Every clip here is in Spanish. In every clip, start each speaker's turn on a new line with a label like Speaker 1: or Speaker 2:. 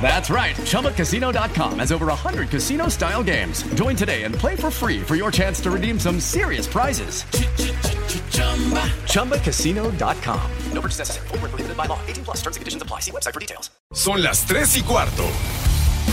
Speaker 1: That's right. ChumbaCasino.com has over 100 casino style games. Join today and play for free for your chance to redeem some serious prizes. ChumbaCasino.com. No purchase necessary. Void where prohibited by law. 18 plus terms and conditions apply. See website for details.
Speaker 2: Son las 3 y cuarto.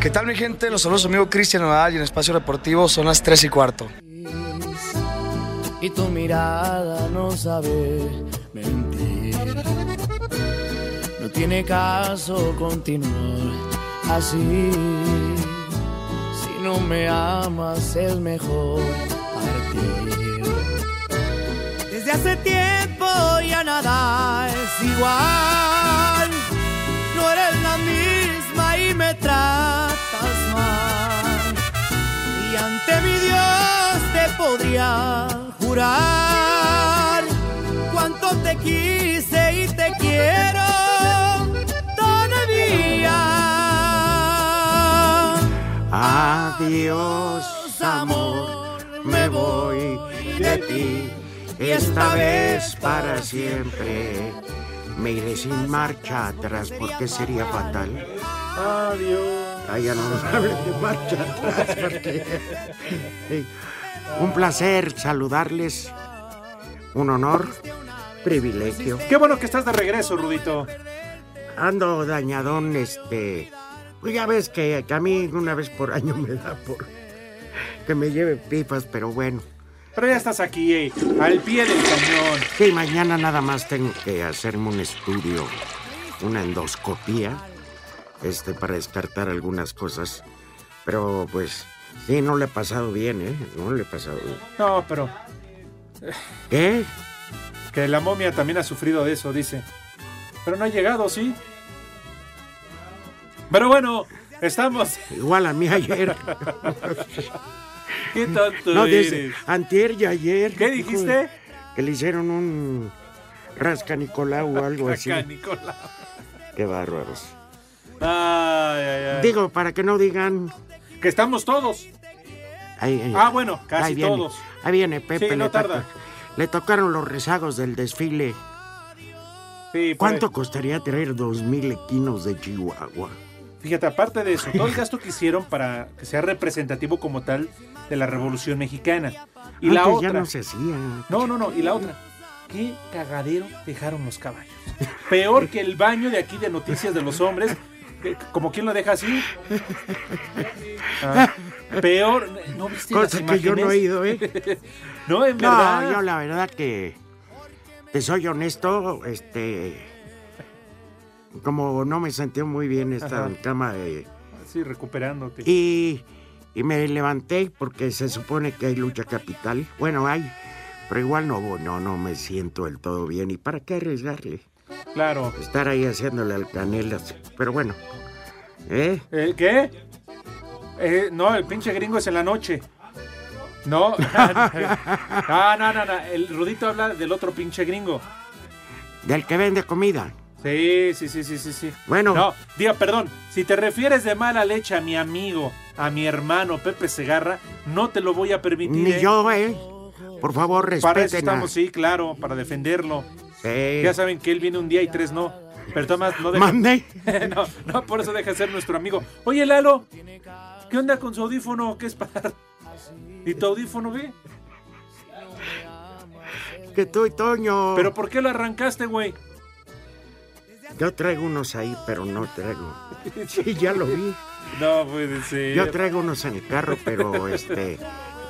Speaker 3: ¿Qué tal mi gente? Los saludos amigo Cristian Nadal y en Espacio Deportivo son las 3 y cuarto.
Speaker 4: y tu mirada no sabe mentir. No tiene caso continuar así. Si no me amas es mejor partir. Desde hace tiempo ya nada es igual. No eres la misma y me tratas mal y ante mi Dios te podría jurar cuánto te quise y te quiero todavía.
Speaker 5: Adiós, amor, me voy de ti. Esta vez para siempre. Me iré sin marcha atrás porque sería fatal. Adiós. Ah, ya no vamos a hablar de marcha atrás porque... Sí. Un placer saludarles. Un honor, privilegio.
Speaker 6: Qué bueno que estás de regreso, Rudito.
Speaker 5: Ando dañadón, este. Pues ya ves que a mí una vez por año me da por que me lleve pipas, pero bueno.
Speaker 6: Pero ya estás aquí, eh, al pie del cañón.
Speaker 5: Sí, mañana nada más tengo que hacerme un estudio, una endoscopía, este, para descartar algunas cosas. Pero pues, sí, no le he pasado bien, ¿eh? No le he pasado bien.
Speaker 6: No, pero
Speaker 5: ¿Qué?
Speaker 6: que la momia también ha sufrido de eso, dice. Pero no ha llegado, ¿sí? Pero bueno, estamos...
Speaker 5: Igual a mí ayer.
Speaker 7: ¿Qué tanto
Speaker 5: No,
Speaker 7: eres?
Speaker 5: dice, antier y ayer.
Speaker 6: ¿Qué dijiste?
Speaker 5: Que le hicieron un rasca Nicolau o algo así.
Speaker 6: Acá, Nicolás.
Speaker 5: Qué bárbaros.
Speaker 6: Ay, ay, ay.
Speaker 5: Digo, para que no digan.
Speaker 6: Que estamos todos.
Speaker 5: ahí-
Speaker 6: Ah, bueno, casi
Speaker 5: ahí viene,
Speaker 6: todos.
Speaker 5: Ahí viene Pepe.
Speaker 6: Sí, no
Speaker 5: le, toca-
Speaker 6: tarda.
Speaker 5: le tocaron los rezagos del desfile.
Speaker 6: Sí, por
Speaker 5: ¿Cuánto costaría traer dos mil equinos de Chihuahua?
Speaker 6: Fíjate, aparte de eso, todo el gasto que hicieron para que sea representativo como tal de la Revolución Mexicana. Y la
Speaker 5: Antes
Speaker 6: otra.
Speaker 5: ya no se hacía.
Speaker 6: no, no, no, y la otra. ¿Qué cagadero dejaron los caballos? Peor que el baño de aquí de Noticias de los Hombres. que- Como quien lo deja así. Ah, peor. ¿No viste las
Speaker 5: Cosa que yo no he
Speaker 6: imágenes?
Speaker 5: ido, ¿eh?
Speaker 6: No, en verdad.
Speaker 5: No, yo la verdad que te soy honesto, este como no me sentí muy bien esta
Speaker 6: Ajá.
Speaker 5: cama de-
Speaker 6: Sí, recuperándote.
Speaker 5: y, y me levanté porque se supone que hay lucha capital. Bueno, hay, pero igual no voy, no, no me siento del todo bien. ¿Y para qué arriesgarle?
Speaker 6: Claro.
Speaker 5: Estar ahí haciéndole al canelas. Pero bueno, ¿eh?
Speaker 6: ¿El qué? Eh, no, el pinche gringo es en la noche. No, ah, no, no, no. El Rudito habla del otro pinche gringo.
Speaker 5: Del que vende comida.
Speaker 6: Sí, sí, sí, sí, sí, sí.
Speaker 5: Bueno.
Speaker 6: No, diga, perdón. Si te refieres de mala leche a mi amigo, a mi hermano Pepe Segarra, no te lo voy a permitir.
Speaker 5: Ni
Speaker 6: ¿eh?
Speaker 5: yo, ¿eh? Por favor,
Speaker 6: Para eso
Speaker 5: respeten a...
Speaker 6: estamos, sí, claro, para defenderlo.
Speaker 5: Sí.
Speaker 6: Ya saben que él viene un día y tres no. Pero Tomás no deja.
Speaker 5: Mande.
Speaker 6: no, no, por eso deja de ser nuestro amigo. Oye, Lalo, ¿qué onda con su audífono? ¿Qué es para.? ¿Y tu audífono, ve?
Speaker 5: Que tú y Toño.
Speaker 6: ¿Pero por qué lo arrancaste, güey?
Speaker 5: Yo traigo unos ahí, pero no traigo. Sí, ya lo vi.
Speaker 6: No pues, puede ser.
Speaker 5: Yo traigo unos en el carro, pero este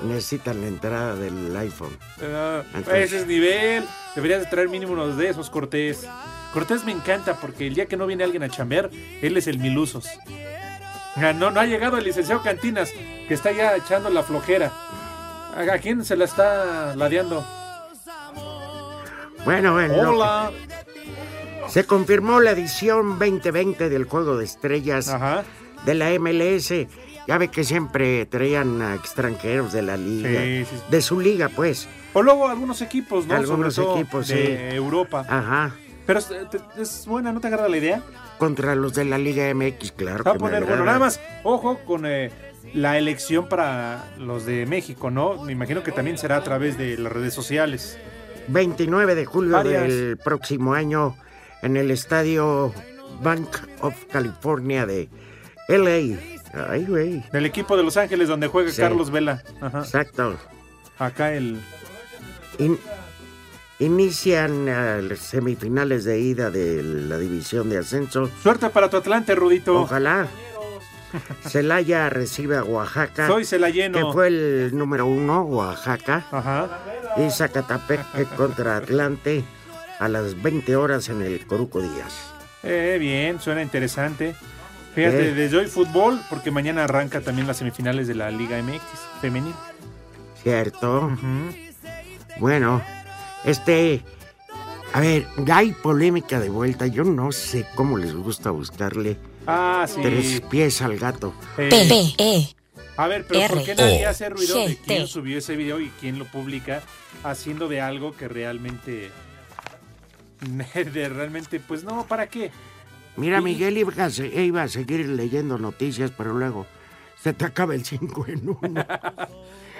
Speaker 5: necesitan la entrada del iPhone.
Speaker 6: No, Pues,
Speaker 5: Entonces-
Speaker 6: ese es nivel. Deberías de traer mínimo unos de esos, Cortés. Cortés me encanta porque el día que no viene alguien a chambear, él es el milusos. Ah, No, no ha llegado el licenciado Cantinas, que está ya echando la flojera. ¿A a quién se la está ladeando?
Speaker 5: Bueno, en lo
Speaker 6: Hola.
Speaker 5: que- se confirmó la edición 2020 del Juego de Estrellas
Speaker 6: Ajá.
Speaker 5: de la MLS. Ya ve que siempre traían a extranjeros de la liga,
Speaker 6: Sí, sí, sí.
Speaker 5: de su liga, pues.
Speaker 6: O luego algunos equipos, ¿no?
Speaker 5: Algunos
Speaker 6: Sobre todo
Speaker 5: equipos,
Speaker 6: de
Speaker 5: sí. Ah.
Speaker 6: Europa.
Speaker 5: Ajá.
Speaker 6: Pero es, te- es buena, ¿no te agarra la idea?
Speaker 5: Contra los de la Liga MX, claro.
Speaker 6: Va a
Speaker 5: que me
Speaker 6: poner, bueno,
Speaker 5: agrada.
Speaker 6: nada más, ojo con eh, la elección para los de México, ¿no? Me imagino que también será a través de las redes sociales.
Speaker 5: 29 de julio
Speaker 6: Varias.
Speaker 5: del próximo año en el estadio Bank of California de LA. Ay, güey.
Speaker 6: Del equipo de Los Ángeles donde juega
Speaker 5: Sí.
Speaker 6: Carlos Vela. Ajá.
Speaker 5: Exacto.
Speaker 6: Acá el...
Speaker 5: In- inician eh, las semifinales de ida de la división de ascenso.
Speaker 6: Suerte para tu Atlante, Rudito.
Speaker 5: Ojalá. Celaya recibe a Oaxaca,
Speaker 6: Soy
Speaker 5: que
Speaker 6: Celayeno.
Speaker 5: fue el número uno, Oaxaca.
Speaker 6: Ajá.
Speaker 5: Y Zacatepec contra Atlante a las 20 horas en el Coruco Díaz.
Speaker 6: Eh, bien, suena interesante. Fíjate,
Speaker 5: Eh.
Speaker 6: desde hoy fútbol, porque mañana arranca también las semifinales de la Liga MX femenil.
Speaker 5: ¿Cierto? Bueno, este... A ver, ya hay polémica de vuelta. Yo no sé cómo les gusta buscarle
Speaker 6: Ah, sí.
Speaker 5: tres pies al gato.
Speaker 6: Eh, A ver, pero ¿por qué
Speaker 5: Oh.
Speaker 6: nadie hace ruido de quién subió ese video y quién lo publica haciendo de algo que realmente... De realmente, pues no, ¿para qué?
Speaker 5: Mira,
Speaker 6: Sí.
Speaker 5: Miguel iba a, se- eh, iba a seguir leyendo noticias, pero luego se te acaba el 5 en 1.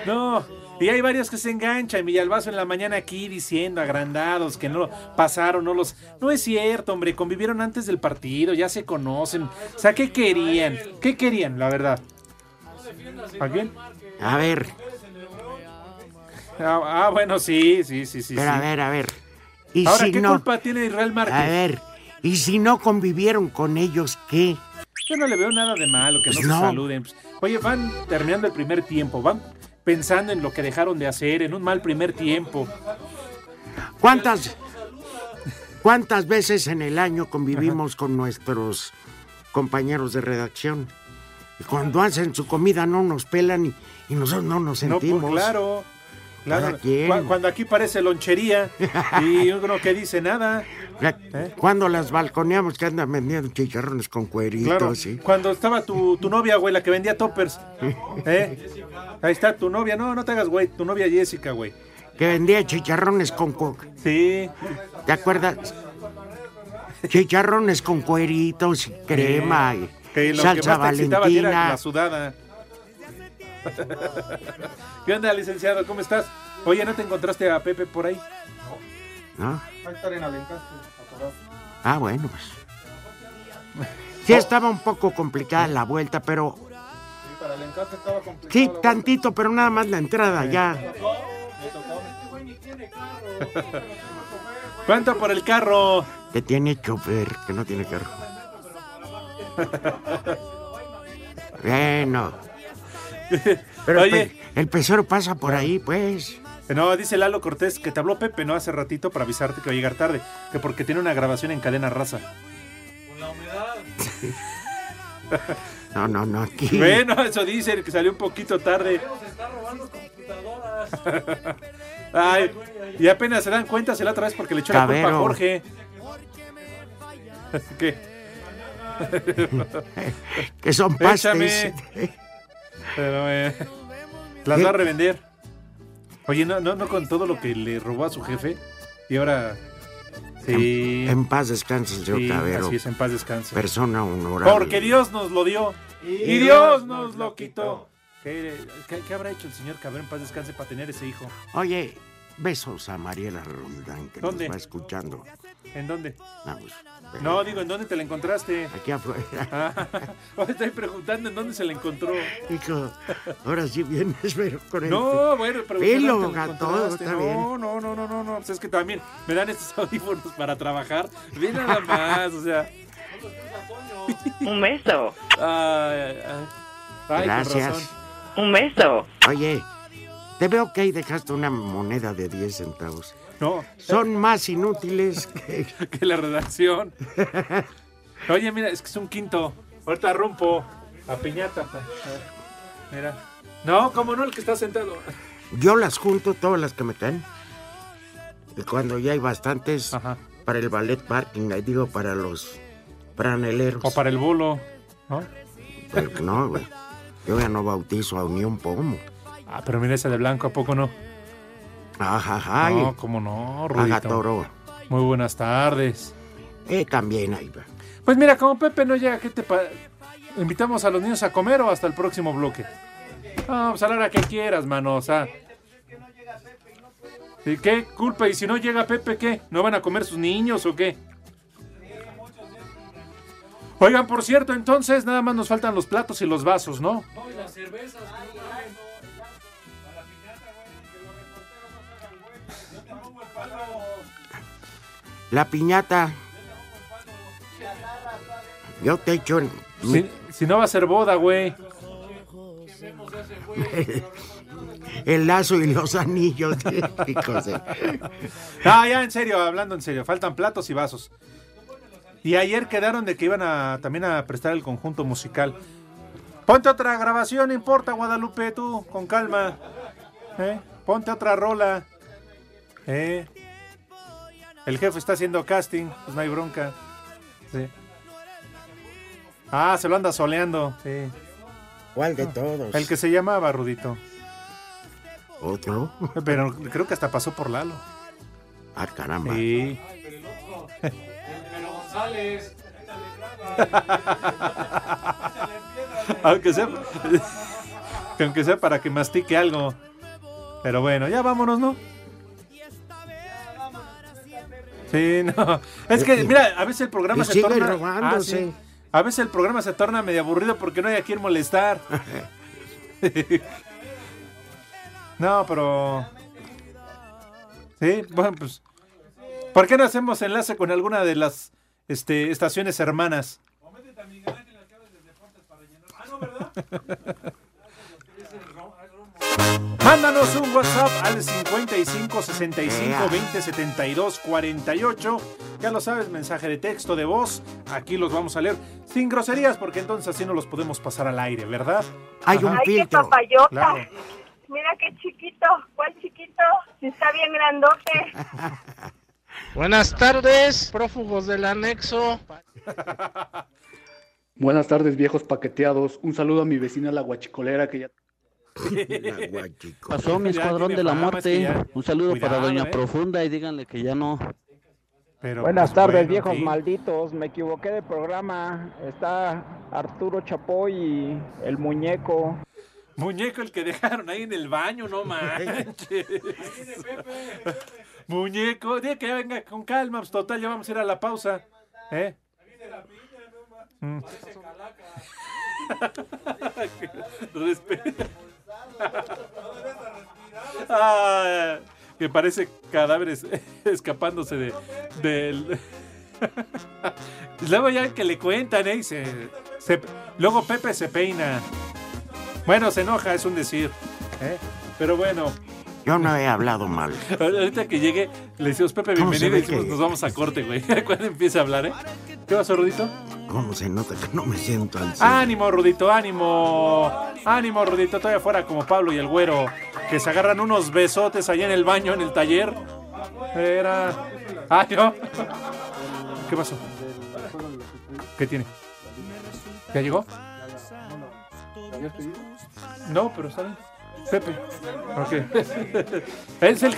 Speaker 6: No, y hay varios que se enganchan. Villalbazo en la mañana aquí diciendo, agrandados, que no lo pasaron, no los. No es cierto, hombre, convivieron antes del partido, ya se conocen. O sea, ¿qué querían? ¿Qué querían, la verdad? ¿A quién?
Speaker 5: A ver,
Speaker 6: Ah, ah, bueno, sí, sí, sí, sí.
Speaker 5: pero a
Speaker 6: sí.
Speaker 5: ver, a ver. Y
Speaker 6: Ahora,
Speaker 5: si
Speaker 6: ¿qué
Speaker 5: no,
Speaker 6: culpa tiene Israel
Speaker 5: a
Speaker 6: Márquez?
Speaker 5: ver, y si no convivieron con ellos, ¿qué?
Speaker 6: Yo no le veo nada de malo que no,
Speaker 5: Pues
Speaker 6: se
Speaker 5: no.
Speaker 6: saluden. Pues, Oye, van terminando el primer tiempo, van pensando en lo que dejaron de hacer, en un mal primer tiempo.
Speaker 5: ¿Cuántas, cuántas veces en el año convivimos con nuestros compañeros de redacción? Y cuando hacen su comida no nos pelan y, y nosotros no nos
Speaker 6: No, pues,
Speaker 5: sentimos.
Speaker 6: claro. claro.
Speaker 5: Cada quien.
Speaker 6: Cu- Cuando aquí parece lonchería y uno que dice nada.
Speaker 5: Ya,
Speaker 6: ¿Eh?
Speaker 5: Cuando las balconeamos que andan vendiendo chicharrones con cueritos,
Speaker 6: Claro.
Speaker 5: ¿sí?
Speaker 6: Cuando estaba tu, tu novia, güey, la que vendía toppers. ¿eh? Ahí está tu novia. No, no te hagas, güey. Tu novia Jessica, güey.
Speaker 5: que vendía chicharrones con coca.
Speaker 6: Sí.
Speaker 5: ¿Te acuerdas? Chicharrones con cueritos y crema y
Speaker 6: Que lo que
Speaker 5: salsa
Speaker 6: más te excitaba a ti era
Speaker 5: valentina.
Speaker 6: la sudada. ¿Qué onda, licenciado? ¿Cómo estás? Oye, ¿no te encontraste a Pepe por ahí?
Speaker 5: ¿no? Ah, bueno, pues. Sí, estaba un poco complicada la vuelta, pero. Sí, tantito, pero nada más la entrada ya.
Speaker 6: ¿Cuánto por el carro?
Speaker 5: Que tiene chofer, que no tiene carro. bueno. Pero el
Speaker 6: Oye.
Speaker 5: pe- el pesero pasa por ahí, pues.
Speaker 6: No, dice Lalo Cortés que te habló Pepe, ¿no? Hace ratito para avisarte que va a llegar tarde, que porque tiene una grabación en cadena raza.
Speaker 5: No, no, no, aquí.
Speaker 6: Bueno, eso dice, el que salió un poquito tarde. Ay, y apenas se dan cuenta, se la otra vez porque le echó la culpa a
Speaker 5: Cabero.
Speaker 6: Jorge. ¿Qué?
Speaker 5: Que son pastes.
Speaker 6: Pero, eh, las
Speaker 5: ¿Qué?
Speaker 6: va a revender. Oye, no, no, no con todo lo que le robó a su jefe. Y ahora.
Speaker 5: Em,
Speaker 6: Sí.
Speaker 5: En paz descanse el señor
Speaker 6: sí,
Speaker 5: Cabero.
Speaker 6: así es, en paz descanse.
Speaker 5: Persona honorable.
Speaker 6: Porque Dios nos lo dio y Dios nos lo quitó. ¿Qué, qué, qué habrá hecho el señor Cabrera en paz descanse para tener ese hijo?
Speaker 5: Oye, besos a Mariela Rondán, que
Speaker 6: ¿Dónde?
Speaker 5: nos va escuchando.
Speaker 6: ¿En dónde?
Speaker 5: No, pues, pero
Speaker 6: No, digo, ¿en dónde te la encontraste?
Speaker 5: Aquí afuera.
Speaker 6: Ah, estoy preguntando en dónde se la encontró.
Speaker 5: Hijo, ahora sí vienes, pero con el...
Speaker 6: No, bueno, pero
Speaker 5: Pelo,
Speaker 6: ¿dónde la
Speaker 5: gato,
Speaker 6: encontraste?
Speaker 5: está
Speaker 6: no,
Speaker 5: bien.
Speaker 6: no, no, no, no, no. Pues es que también me dan estos audífonos para trabajar. Ve nada más, o sea.
Speaker 8: Un beso,
Speaker 6: Ay, ay, ay, ay, con
Speaker 5: Gracias.
Speaker 6: razón.
Speaker 8: un beso.
Speaker 5: Oye, te veo que ahí dejaste una moneda de 10 centavos.
Speaker 6: No,
Speaker 5: Son más inútiles que...
Speaker 6: que la redacción. Oye, mira, es que es un quinto. Ahorita rompo a piñata. pa. A ver, Mira. No, como no, el que está sentado.
Speaker 5: Yo las junto, todas las que me caen. Y cuando ya hay bastantes
Speaker 6: Ajá.
Speaker 5: para el ballet parking, ahí digo para los franeleros.
Speaker 6: O para el bolo. ¿no?
Speaker 5: Pero no, güey. Yo ya no bautizo a ni un pomo.
Speaker 6: Ah, pero mira esa de blanco, ¿a poco no?
Speaker 5: Ajá, ay.
Speaker 6: No, como no,
Speaker 5: Haga
Speaker 6: Rudito.
Speaker 5: toro.
Speaker 6: Muy buenas tardes.
Speaker 5: Eh, también ahí va.
Speaker 6: Pues mira, como Pepe no llega, ¿qué te pa- ¿Invitamos a los niños a comer o hasta el próximo bloque? Ah, pues a la hora que quieras, mano, o sea. ¿Y qué culpa? ¿Y si no llega Pepe, qué? ¿No van a comer sus niños o qué? Oigan, por cierto, entonces nada más nos faltan los platos y los vasos, ¿no?
Speaker 5: La piñata. Yo te echo en...
Speaker 6: Si, si no va a ser boda, güey.
Speaker 5: el lazo y los anillos. Hijos de-
Speaker 6: Ah, ya, en serio, hablando en serio, faltan platos y vasos. Y ayer quedaron de que iban a también a prestar el conjunto musical. Ponte otra grabación, no importa, Guadalupe, tú, con calma. ¿Eh? Ponte otra rola. ¿Eh? El jefe está haciendo casting, pues no hay bronca. Sí. Ah, se lo anda soleando. Sí.
Speaker 5: ¿Cuál de todos?
Speaker 6: El que se llamaba Rudito.
Speaker 5: ¿Otro?
Speaker 6: Pero creo que hasta pasó por Lalo.
Speaker 5: Ah, caramba.
Speaker 6: Sí. aunque sea, aunque sea para que mastique algo. Pero bueno, ya vámonos, ¿no? Sí, no. Es que, mira, a veces el programa
Speaker 5: Eh, Y
Speaker 6: se
Speaker 5: sigue
Speaker 6: torna. Ah,
Speaker 5: robándose.
Speaker 6: sí. A veces el programa se torna medio aburrido porque no hay a quien molestar. no, pero. Sí, bueno, pues. ¿Por qué no hacemos enlace con alguna de las este, estaciones hermanas? Mándanos un WhatsApp al 55 65 20 72 48. Ya lo sabes, mensaje de texto, de voz. Aquí los vamos a leer sin groserías, porque entonces así no los podemos pasar al aire, ¿verdad?
Speaker 5: Hay un
Speaker 9: Ay, qué
Speaker 5: filtro.
Speaker 9: papayota.
Speaker 6: Claro.
Speaker 9: Mira qué chiquito. ¿Cuál chiquito? Si está bien grandote.
Speaker 4: Buenas tardes, prófugos del anexo.
Speaker 10: Buenas tardes, viejos paqueteados. Un saludo a mi vecina la guachicolera que ya
Speaker 5: La guachico.
Speaker 10: pasó mi
Speaker 6: Ya
Speaker 10: escuadrón
Speaker 6: tiene
Speaker 10: de la
Speaker 6: fama, es que
Speaker 10: muerte.
Speaker 6: ya-
Speaker 10: Un saludo
Speaker 6: Cuidado,
Speaker 10: para doña
Speaker 6: eh.
Speaker 10: Profunda y díganle que ya no.
Speaker 6: Pero,
Speaker 10: Buenas
Speaker 6: pues,
Speaker 10: tardes,
Speaker 6: bueno,
Speaker 10: viejos
Speaker 6: sí.
Speaker 10: malditos. Me equivoqué de programa. Está Arturo Chapoy y el muñeco.
Speaker 6: Muñeco el que dejaron ahí en el baño, no manches. Muñeco, dile que venga con calma, pues total, ya vamos a ir a la pausa. ¿Eh? Mm. Respe- Ah, que parece cadáveres escapándose de, del... Y Luego ya que le cuentan, ¿eh? Y se- se- luego Pepe se peina. Bueno, se enoja, es un decir. ¿eh? Pero bueno,
Speaker 5: Yo no he hablado mal.
Speaker 6: ahorita que llegue, le decimos Pepe,
Speaker 5: ¿Cómo se
Speaker 6: bienvenido y
Speaker 5: ve que-
Speaker 6: decimos, nos vamos a corte, güey. ¿Cuándo empieza a hablar, eh? ¿Qué pasó, Rudito?
Speaker 5: ¿Cómo se nota que no me siento al cien?
Speaker 6: Ánimo, Rudito, ánimo. Ánimo, Rudito, todavía fuera como Pablo y el güero, que se agarran unos besotes allá en el baño, en el taller. Era. Ah, no. ¿Qué pasó? ¿Qué tiene? ¿Ya llegó? No, pero está bien. Pepe. Ok. es el.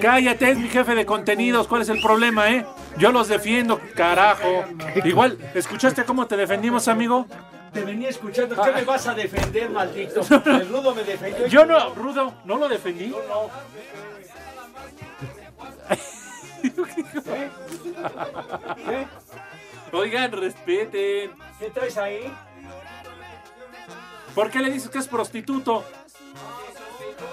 Speaker 6: Cállate, es mi jefe de contenidos. ¿Cuál es el problema, eh? Yo los defiendo, carajo. Igual, ¿escuchaste cómo te defendimos, amigo?
Speaker 7: Te venía escuchando. ¿Qué
Speaker 6: Ah.
Speaker 7: me vas a defender, maldito? El rudo me defendió.
Speaker 6: Yo no, Rudo, no lo defendí.
Speaker 7: Yo no.
Speaker 6: Oigan, respeten.
Speaker 7: ¿Qué traes ahí?
Speaker 6: ¿Por qué le dices que es prostituto? Ah.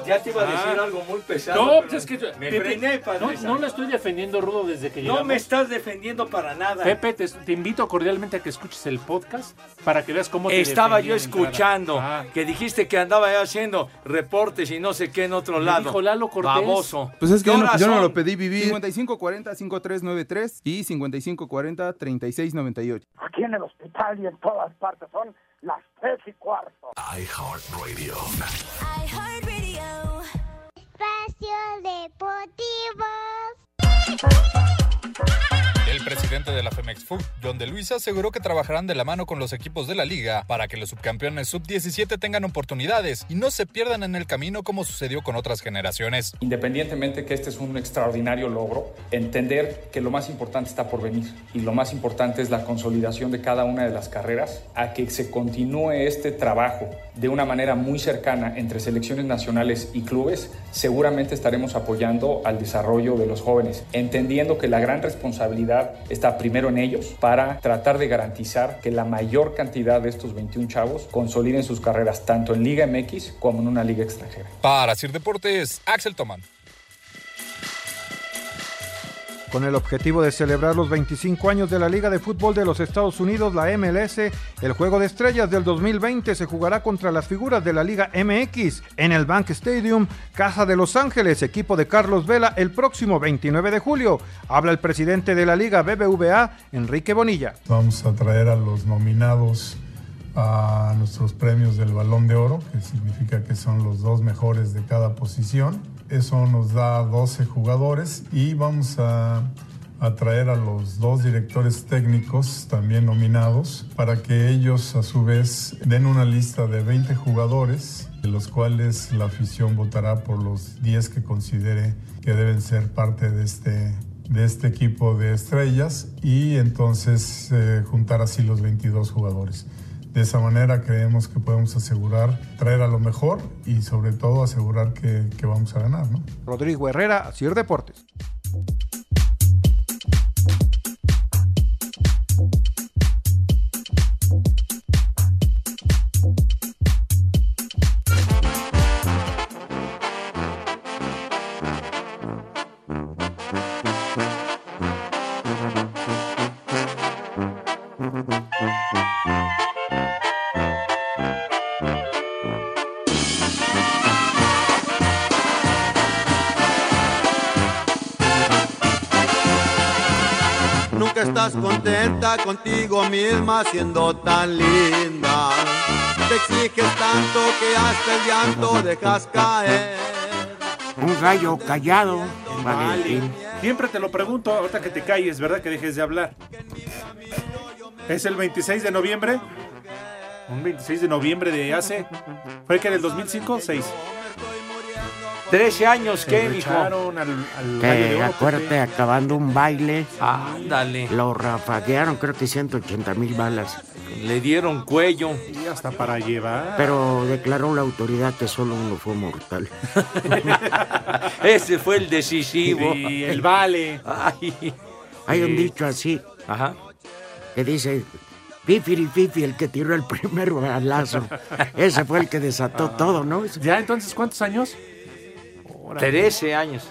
Speaker 7: Ya te iba a decir algo muy pesado.
Speaker 6: No,
Speaker 7: pero
Speaker 6: pues es que yo-
Speaker 7: Me
Speaker 6: Pepe,
Speaker 7: frené, padre.
Speaker 6: No,
Speaker 7: santo.
Speaker 6: no la estoy defendiendo, Rudo, desde
Speaker 7: No
Speaker 6: que llegamos.
Speaker 7: me estás defendiendo para nada.
Speaker 6: Pepe, te, te invito cordialmente a que escuches el podcast para que veas cómo te
Speaker 7: Estaba
Speaker 6: defendí
Speaker 7: yo
Speaker 6: en la entrada.
Speaker 7: escuchando
Speaker 6: Ah.
Speaker 7: que dijiste que andaba yo haciendo reportes y no sé qué en otro lado.
Speaker 6: dijo Lalo Cortés.
Speaker 7: Baboso.
Speaker 11: Pues es que yo no, yo no
Speaker 7: Corazón.
Speaker 11: lo pedí vivir. 5540-5393 y 5540-3698.
Speaker 12: Aquí en el hospital y en todas partes son las tres y cuarto.
Speaker 13: iHeartRadio.
Speaker 14: Espacio Deportivo.
Speaker 2: El presidente de la Femex Food, John de Luis, aseguró que trabajarán de la mano con los equipos de la liga para que los subcampeones sub-17 tengan oportunidades y no se pierdan en el camino como sucedió con otras generaciones.
Speaker 15: Independientemente que este es un extraordinario logro, entender que lo más importante está por venir y lo más importante es la consolidación de cada una de las carreras, a que se continúe este trabajo de una manera muy cercana entre selecciones nacionales y clubes, seguramente estaremos apoyando al desarrollo de los jóvenes, entendiendo que la gran responsabilidad está primero en ellos para tratar de garantizar que la mayor cantidad de estos 21 chavos consoliden sus carreras tanto en Liga MX como en una liga extranjera.
Speaker 2: Para Sir Deportes, Axel Tomán.
Speaker 16: Con el objetivo de celebrar los 25 años de la Liga de Fútbol de los Estados Unidos, la MLS, el Juego de Estrellas del 2020 se jugará contra las figuras de la Liga MX en el Bank Stadium, Casa de Los Ángeles, equipo de Carlos Vela, el próximo 29 de julio. Habla el presidente de la Liga BBVA, Enrique Bonilla.
Speaker 17: Vamos a traer a los nominados a nuestros premios del Balón de Oro, que significa que son los dos mejores de cada posición. Eso nos da 12 jugadores y vamos a, a traer a los dos directores técnicos también nominados para que ellos a su vez den una lista de 20 jugadores, de los cuales la afición votará por los 10 que considere que deben ser parte de este de este equipo de estrellas y entonces eh, juntar así los 22 jugadores. De esa manera creemos que podemos asegurar traer a lo mejor y sobre todo asegurar que, que vamos a ganar, ¿no?
Speaker 16: Rodrigo Herrera, Sir Deportes.
Speaker 4: Nunca estás contenta contigo misma siendo tan linda. Te exiges tanto que hasta el llanto dejas caer.
Speaker 5: Un gallo callado, Valentín.
Speaker 6: Siempre te lo pregunto, ahorita que te calles, ¿verdad? Que dejes de hablar. ¿Es el 26 de noviembre? Un 26 de noviembre de hace. ¿Fue que en el 2005 o 6?
Speaker 7: 13 años, ¿qué, mijo?
Speaker 6: echaron al, al gallo de
Speaker 5: Te
Speaker 6: oro,
Speaker 5: acuérdate, acabando un baile.
Speaker 7: Ándale.
Speaker 5: Lo rafaguearon, creo que 180 mil balas.
Speaker 7: Le dieron cuello.
Speaker 6: Y hasta para llevar.
Speaker 5: Pero declaró la autoridad que solo uno fue mortal.
Speaker 7: Ese fue el decisivo.
Speaker 6: Y el vale.
Speaker 7: Ay.
Speaker 5: Hay un
Speaker 7: Sí.
Speaker 5: dicho así. Que dice, pifiri pifi, el que tiró el primer balazo. Ese fue el que desató todo, ¿no?
Speaker 6: Ah. Ya, entonces, ¿cuántos años? Órale.
Speaker 7: 13 años.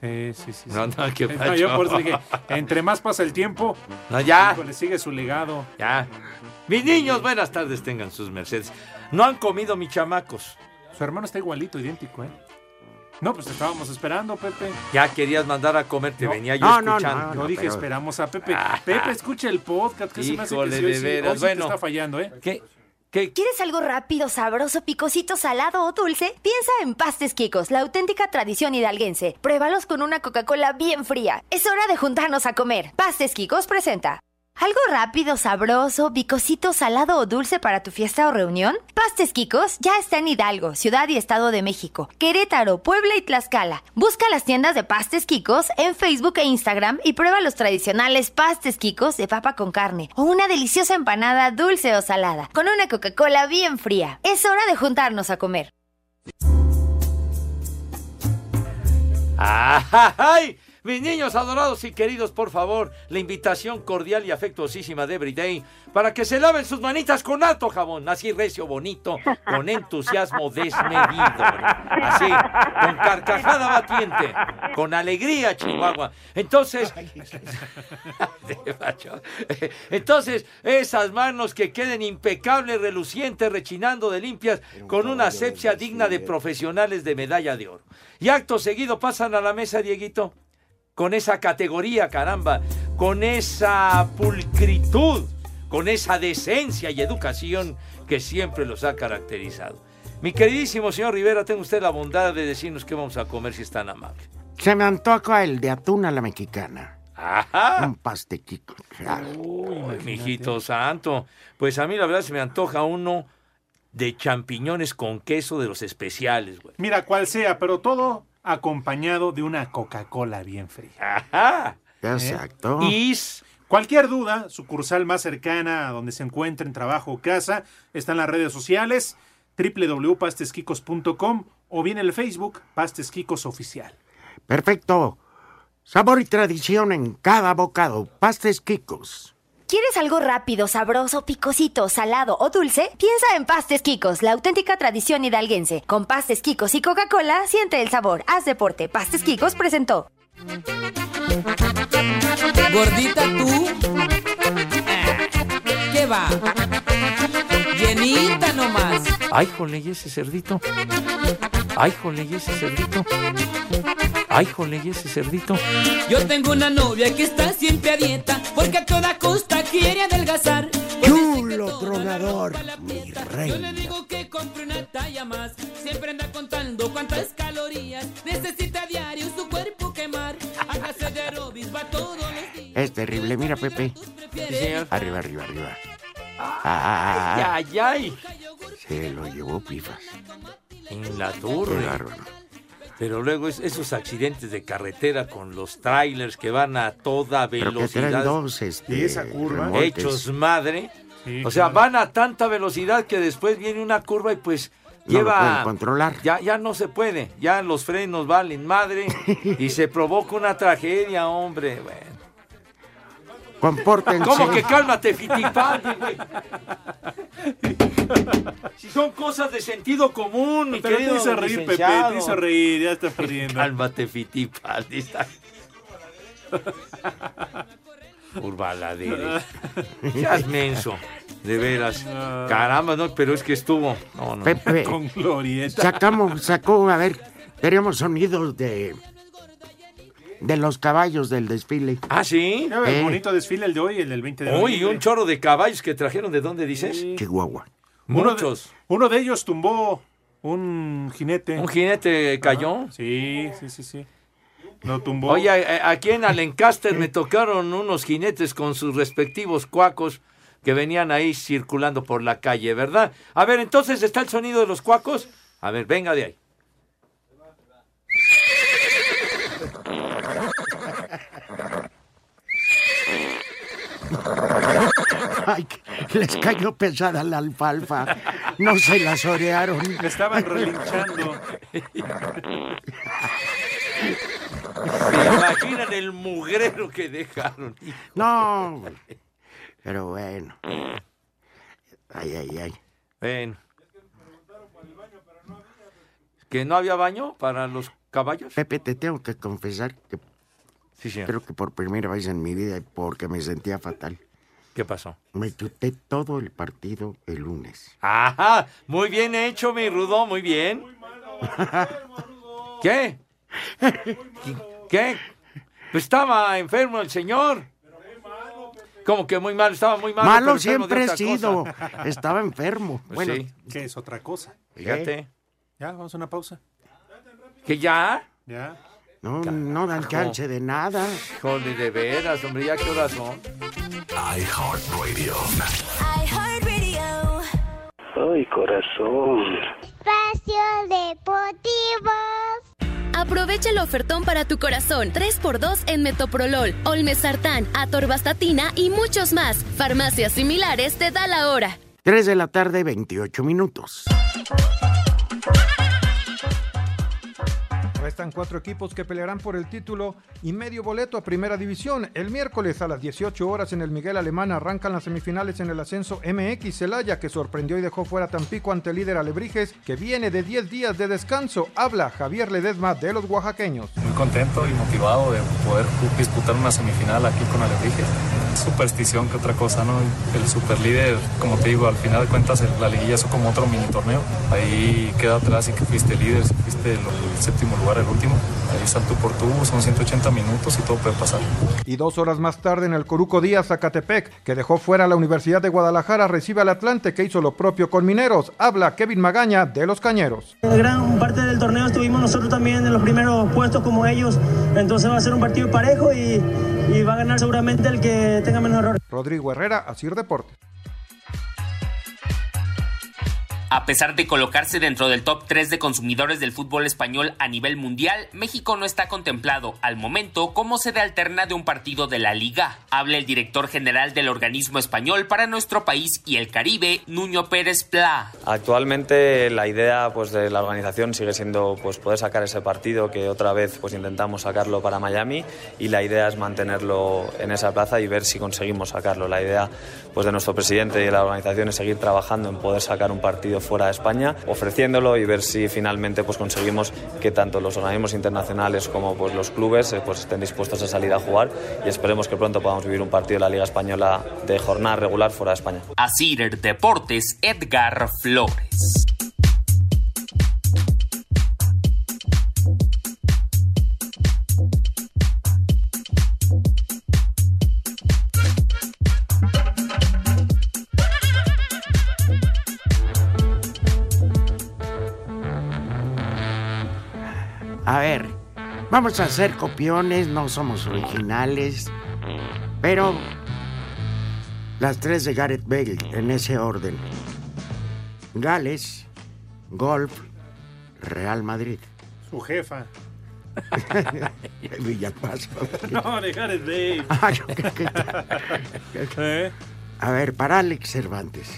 Speaker 6: Sí, sí, sí.
Speaker 7: No, no, qué
Speaker 6: No, yo
Speaker 7: macho.
Speaker 6: por eso dije, entre más pasa el tiempo,
Speaker 7: No, ya.
Speaker 6: le sigue su legado.
Speaker 7: Ya. Mis niños, buenas tardes, tengan sus mercedes. No han comido mis chamacos.
Speaker 6: Su hermano está igualito, idéntico, ¿eh? No, pues te estábamos esperando, Pepe.
Speaker 7: Ya querías mandar a comer, te venía yo
Speaker 6: no, no,
Speaker 7: escuchando. Ah.
Speaker 6: no, no, dije esperamos a Pepe. Pepe, escucha el podcast, que se me hace que
Speaker 7: Híjole,
Speaker 6: sí,
Speaker 7: de
Speaker 6: hoy sí- hoy
Speaker 7: veras.
Speaker 6: sí te
Speaker 7: Bueno.
Speaker 6: está fallando, ¿eh?
Speaker 7: ¿Qué?
Speaker 18: ¿Quieres algo rápido, sabroso, picosito, salado o dulce? Piensa en Pastes Quicos, la auténtica tradición hidalguense. Pruébalos con una Coca-Cola bien fría. Es hora de juntarnos a comer. Pastes Quicos presenta. ¿Algo rápido, sabroso, picosito, salado o dulce para tu fiesta o reunión? Pastes Quicos ya está en Hidalgo, Ciudad y Estado de México, Querétaro, Puebla y Tlaxcala. Busca las tiendas de Pastes Quicos en Facebook e Instagram y prueba los tradicionales pastes Quicos de papa con carne o una deliciosa empanada dulce o salada con una Coca-Cola bien fría. Es hora de juntarnos a comer.
Speaker 7: ¡Ay! Mis niños adorados y queridos, por favor, la invitación cordial y afectuosísima de Everyday para que se laven sus manitas con alto jabón, así recio, bonito, con entusiasmo desmedido, así, con carcajada batiente, con alegría, Chihuahua. Entonces, de macho. Entonces, esas manos que queden impecables, relucientes, rechinando de limpias, con una asepsia digna de profesionales de medalla de oro. Y acto seguido pasan a la mesa, Dieguito, con esa categoría, caramba, con esa pulcritud, con esa decencia y educación que siempre los ha caracterizado. Mi queridísimo señor Rivera, tenga usted la bondad de decirnos qué vamos a comer si es tan amable.
Speaker 5: Se me antoja el de atún a la mexicana.
Speaker 7: Ajá.
Speaker 5: Un pastequico.
Speaker 7: Ay, mijito santo. Pues a mí la verdad se me antoja uno de champiñones con queso de los especiales, güey.
Speaker 6: Mira, cual sea, pero todo acompañado de una Coca-Cola bien fría. ¿Eh?
Speaker 7: Ajá.
Speaker 5: Exacto.
Speaker 6: Y s- cualquier duda, sucursal más cercana a donde se encuentren trabajo o casa, están las redes sociales www.pastesquicos.com o bien el Facebook Pastes Quicos Oficial.
Speaker 5: Perfecto. Sabor y tradición en cada bocado. Pastes Quicos.
Speaker 18: ¿Quieres algo rápido, sabroso, picosito, salado o dulce? Piensa en Pastes Quicos, la auténtica tradición hidalguense. Con Pastes Quicos y Coca-Cola, siente el sabor. Haz deporte. Pastes Quicos presentó.
Speaker 19: Gordita tú. ¿Qué va? Llenita nomás.
Speaker 7: Ay, jole, y ese cerdito. Ay, jole, y ese cerdito. Ay, jole, y ese cerdito.
Speaker 19: Yo tengo una novia que está siempre a dieta porque a toda costa quiere adelgazar.
Speaker 5: Chulo tronador, mi
Speaker 19: Yo le
Speaker 5: rey.
Speaker 19: digo que compre una talla más. Siempre anda contando cuántas calorías necesita diario su cuerpo quemar. Hágase de aerobics, va todos los días.
Speaker 5: Es terrible. Mira, Pepe. Arriba, arriba, arriba. Ah,
Speaker 7: Ay, ay, ay.
Speaker 5: se lo llevó Pifas.
Speaker 7: En la
Speaker 5: Qué
Speaker 7: torre.
Speaker 5: bárbaro.
Speaker 7: Pero luego es- esos accidentes de carretera con los trailers que van a toda
Speaker 5: Pero que traen
Speaker 7: velocidad.
Speaker 5: dos, este, remolques.
Speaker 7: Hechos madre.
Speaker 5: Sí,
Speaker 7: o sea,
Speaker 5: claro.
Speaker 7: van a tanta velocidad que después viene una curva y pues
Speaker 5: No lo
Speaker 7: lleva.
Speaker 5: pueden controlar.
Speaker 7: ya, ya no se puede. Ya los frenos valen madre y se provoca una tragedia, hombre. Bueno.
Speaker 5: Compórtense.
Speaker 7: ¿Cómo que cálmate, Fitipaldi, güey? Si son cosas de sentido común, mi
Speaker 6: Pero te
Speaker 7: querido
Speaker 6: hizo reír, Pepe,
Speaker 7: licenciado.
Speaker 6: te hizo reír, ya estás perdiendo.
Speaker 7: Cálmate, Fitipaldi. Urbaladere. Seas menso. De veras. Caramba, no, pero es que estuvo. No, no.
Speaker 5: Pepe.
Speaker 6: Con glorieta.
Speaker 5: Sacamos, sacó, a ver, teníamos sonidos de. de los caballos del desfile.
Speaker 7: Ah, sí.
Speaker 5: Eh.
Speaker 6: Bonito desfile el de hoy, el del 20 de
Speaker 7: Uy,
Speaker 6: noviembre.
Speaker 7: un chorro de caballos que trajeron. ¿De dónde dices?
Speaker 5: Chihuahua.
Speaker 6: Uno de-
Speaker 7: Muchos.
Speaker 6: Uno de ellos tumbó un jinete.
Speaker 7: ¿Un jinete cayó?
Speaker 6: Ah, Sí, sí, sí, sí. Lo tumbó.
Speaker 7: Oye, a- a- aquí en Alencaster me tocaron unos jinetes con sus respectivos cuacos que venían ahí circulando por la calle, ¿verdad? A ver, entonces está el sonido de los cuacos. A ver, venga de ahí.
Speaker 5: Ay, que les cayó pesada la alfalfa. No se las orearon.
Speaker 6: Me estaban relinchando.
Speaker 7: ¿Se imaginan el mugrero que dejaron?
Speaker 5: No. Pero bueno. Ay, ay, ay.
Speaker 7: Ven. ¿Que no había baño para los caballos?
Speaker 5: Pepe, te tengo que confesar que
Speaker 7: Sí, señor.
Speaker 5: creo que por primera vez en mi vida, porque me sentía fatal,
Speaker 7: ¿Qué pasó?
Speaker 5: me chuté todo el partido el lunes.
Speaker 7: Ajá, muy bien hecho, mi Rudo, muy bien. ¿Qué? ¿Qué? Pues estaba enfermo el señor. Como que muy malo, estaba muy malo. pero
Speaker 5: Malo
Speaker 7: enfermo de
Speaker 5: siempre he
Speaker 7: otra
Speaker 5: sido.
Speaker 7: cosa.
Speaker 5: Estaba enfermo.
Speaker 7: Pues
Speaker 5: bueno,
Speaker 7: sí.
Speaker 6: ¿Qué es otra cosa?
Speaker 5: Eh.
Speaker 7: Fíjate.
Speaker 6: Ya, vamos a una pausa.
Speaker 7: ¿Que ya?
Speaker 6: Ya.
Speaker 5: No, no dan chance de nada.
Speaker 7: Híjole, de veras, hombre, ya qué horas son.
Speaker 2: iHeartRadio.
Speaker 20: iHeartRadio.
Speaker 21: Ay, corazón.
Speaker 20: Espacio Deportivo.
Speaker 1: Aprovecha el ofertón para tu corazón. 3x2 en Metoprolol, Olmesartán, Atorvastatina y muchos más. Farmacias similares te da la hora.
Speaker 5: 3 de la tarde, 28 minutos.
Speaker 16: Restan cuatro equipos que pelearán por el título y medio boleto a Primera División. El miércoles a las 18 horas en el Miguel Alemán arrancan las semifinales en el ascenso MX Celaya, que sorprendió y dejó fuera a Tampico ante el líder Alebrijes, que viene de 10 días de descanso. Habla Javier Ledesma de los oaxaqueños.
Speaker 22: Muy contento y motivado de poder disputar una semifinal aquí con Alebrijes. Superstición que otra cosa, ¿no? El superlíder, como te digo, al final de cuentas el- la liguilla es como otro mini torneo. Ahí queda atrás y que fuiste líder, si fuiste el, el séptimo lugar, el último. Ahí está el tú por tú, son 180 minutos y todo puede pasar.
Speaker 16: Y dos horas más tarde en el Coruco Díaz, Zacatepec, que dejó fuera a la Universidad de Guadalajara, recibe al Atlante, que hizo lo propio con Mineros. Habla Kevin Magaña de los Cañeros.
Speaker 23: gran parte del torneo estuvimos nosotros también en los primeros puestos como ellos, entonces va a ser un partido parejo y, y va a ganar seguramente el que tenga menos errores.
Speaker 16: Rodrigo Herrera, Asir Deportes.
Speaker 24: A pesar de colocarse dentro del top 3 de consumidores del fútbol español a nivel mundial, México no está contemplado al momento como sede alterna de un partido de la liga. Habla el director general del organismo español para nuestro país y el Caribe, Nuño Pérez Pla.
Speaker 25: Actualmente la idea pues, de la organización sigue siendo pues, poder sacar ese partido que otra vez pues, intentamos sacarlo para Miami y la idea es mantenerlo en esa plaza y ver si conseguimos sacarlo. La idea pues, de nuestro presidente y de la organización es seguir trabajando en poder sacar un partido fuera de España, ofreciéndolo y ver si finalmente pues, conseguimos que tanto los organismos internacionales como pues, los clubes eh, pues, estén dispuestos a salir a jugar y esperemos que pronto podamos vivir un partido de la Liga Española de jornada regular fuera de España.
Speaker 24: Así Deportes, Edgar Flores.
Speaker 5: A ver, vamos a hacer copiones, no somos originales, pero las tres de Gareth Bale en ese orden. Gales, Golf, Real Madrid.
Speaker 6: Su jefa.
Speaker 5: Villapaso.
Speaker 6: No, dejar es de.
Speaker 5: Ah, yo creo que ya.
Speaker 6: ¿Eh?
Speaker 5: A ver, para Alex Cervantes.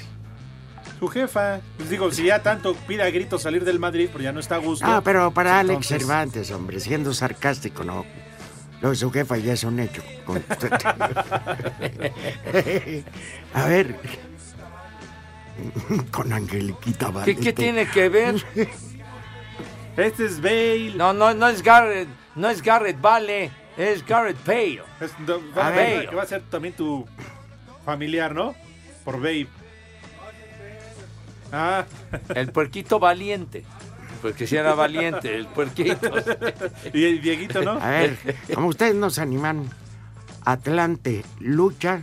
Speaker 6: Su jefa. Pues digo, si ya tanto pide a grito salir del Madrid, pero ya no está a gusto.
Speaker 5: Ah, pero para Alex
Speaker 6: Entonces,
Speaker 5: Cervantes, hombre, siendo sarcástico, no. Lo de su jefa ya es un hecho. Con- A ver. Con Angeliquita
Speaker 7: ¿Qué,
Speaker 5: Valdés.
Speaker 7: qué tiene que ver?
Speaker 6: Este es Bale.
Speaker 7: No, no, no es Garrett, no es Garrett Vale, es Garrett Bale.
Speaker 6: Es, no, va,
Speaker 7: A
Speaker 6: va-
Speaker 7: ver.
Speaker 6: que va a ser también tu familiar, ¿no? Por Babe. Ah.
Speaker 7: El puerquito valiente.
Speaker 5: Pues
Speaker 7: Porque si era valiente, el puerquito.
Speaker 6: y el Dieguito, ¿no?
Speaker 5: A ver, como ustedes nos animan, Atlante, lucha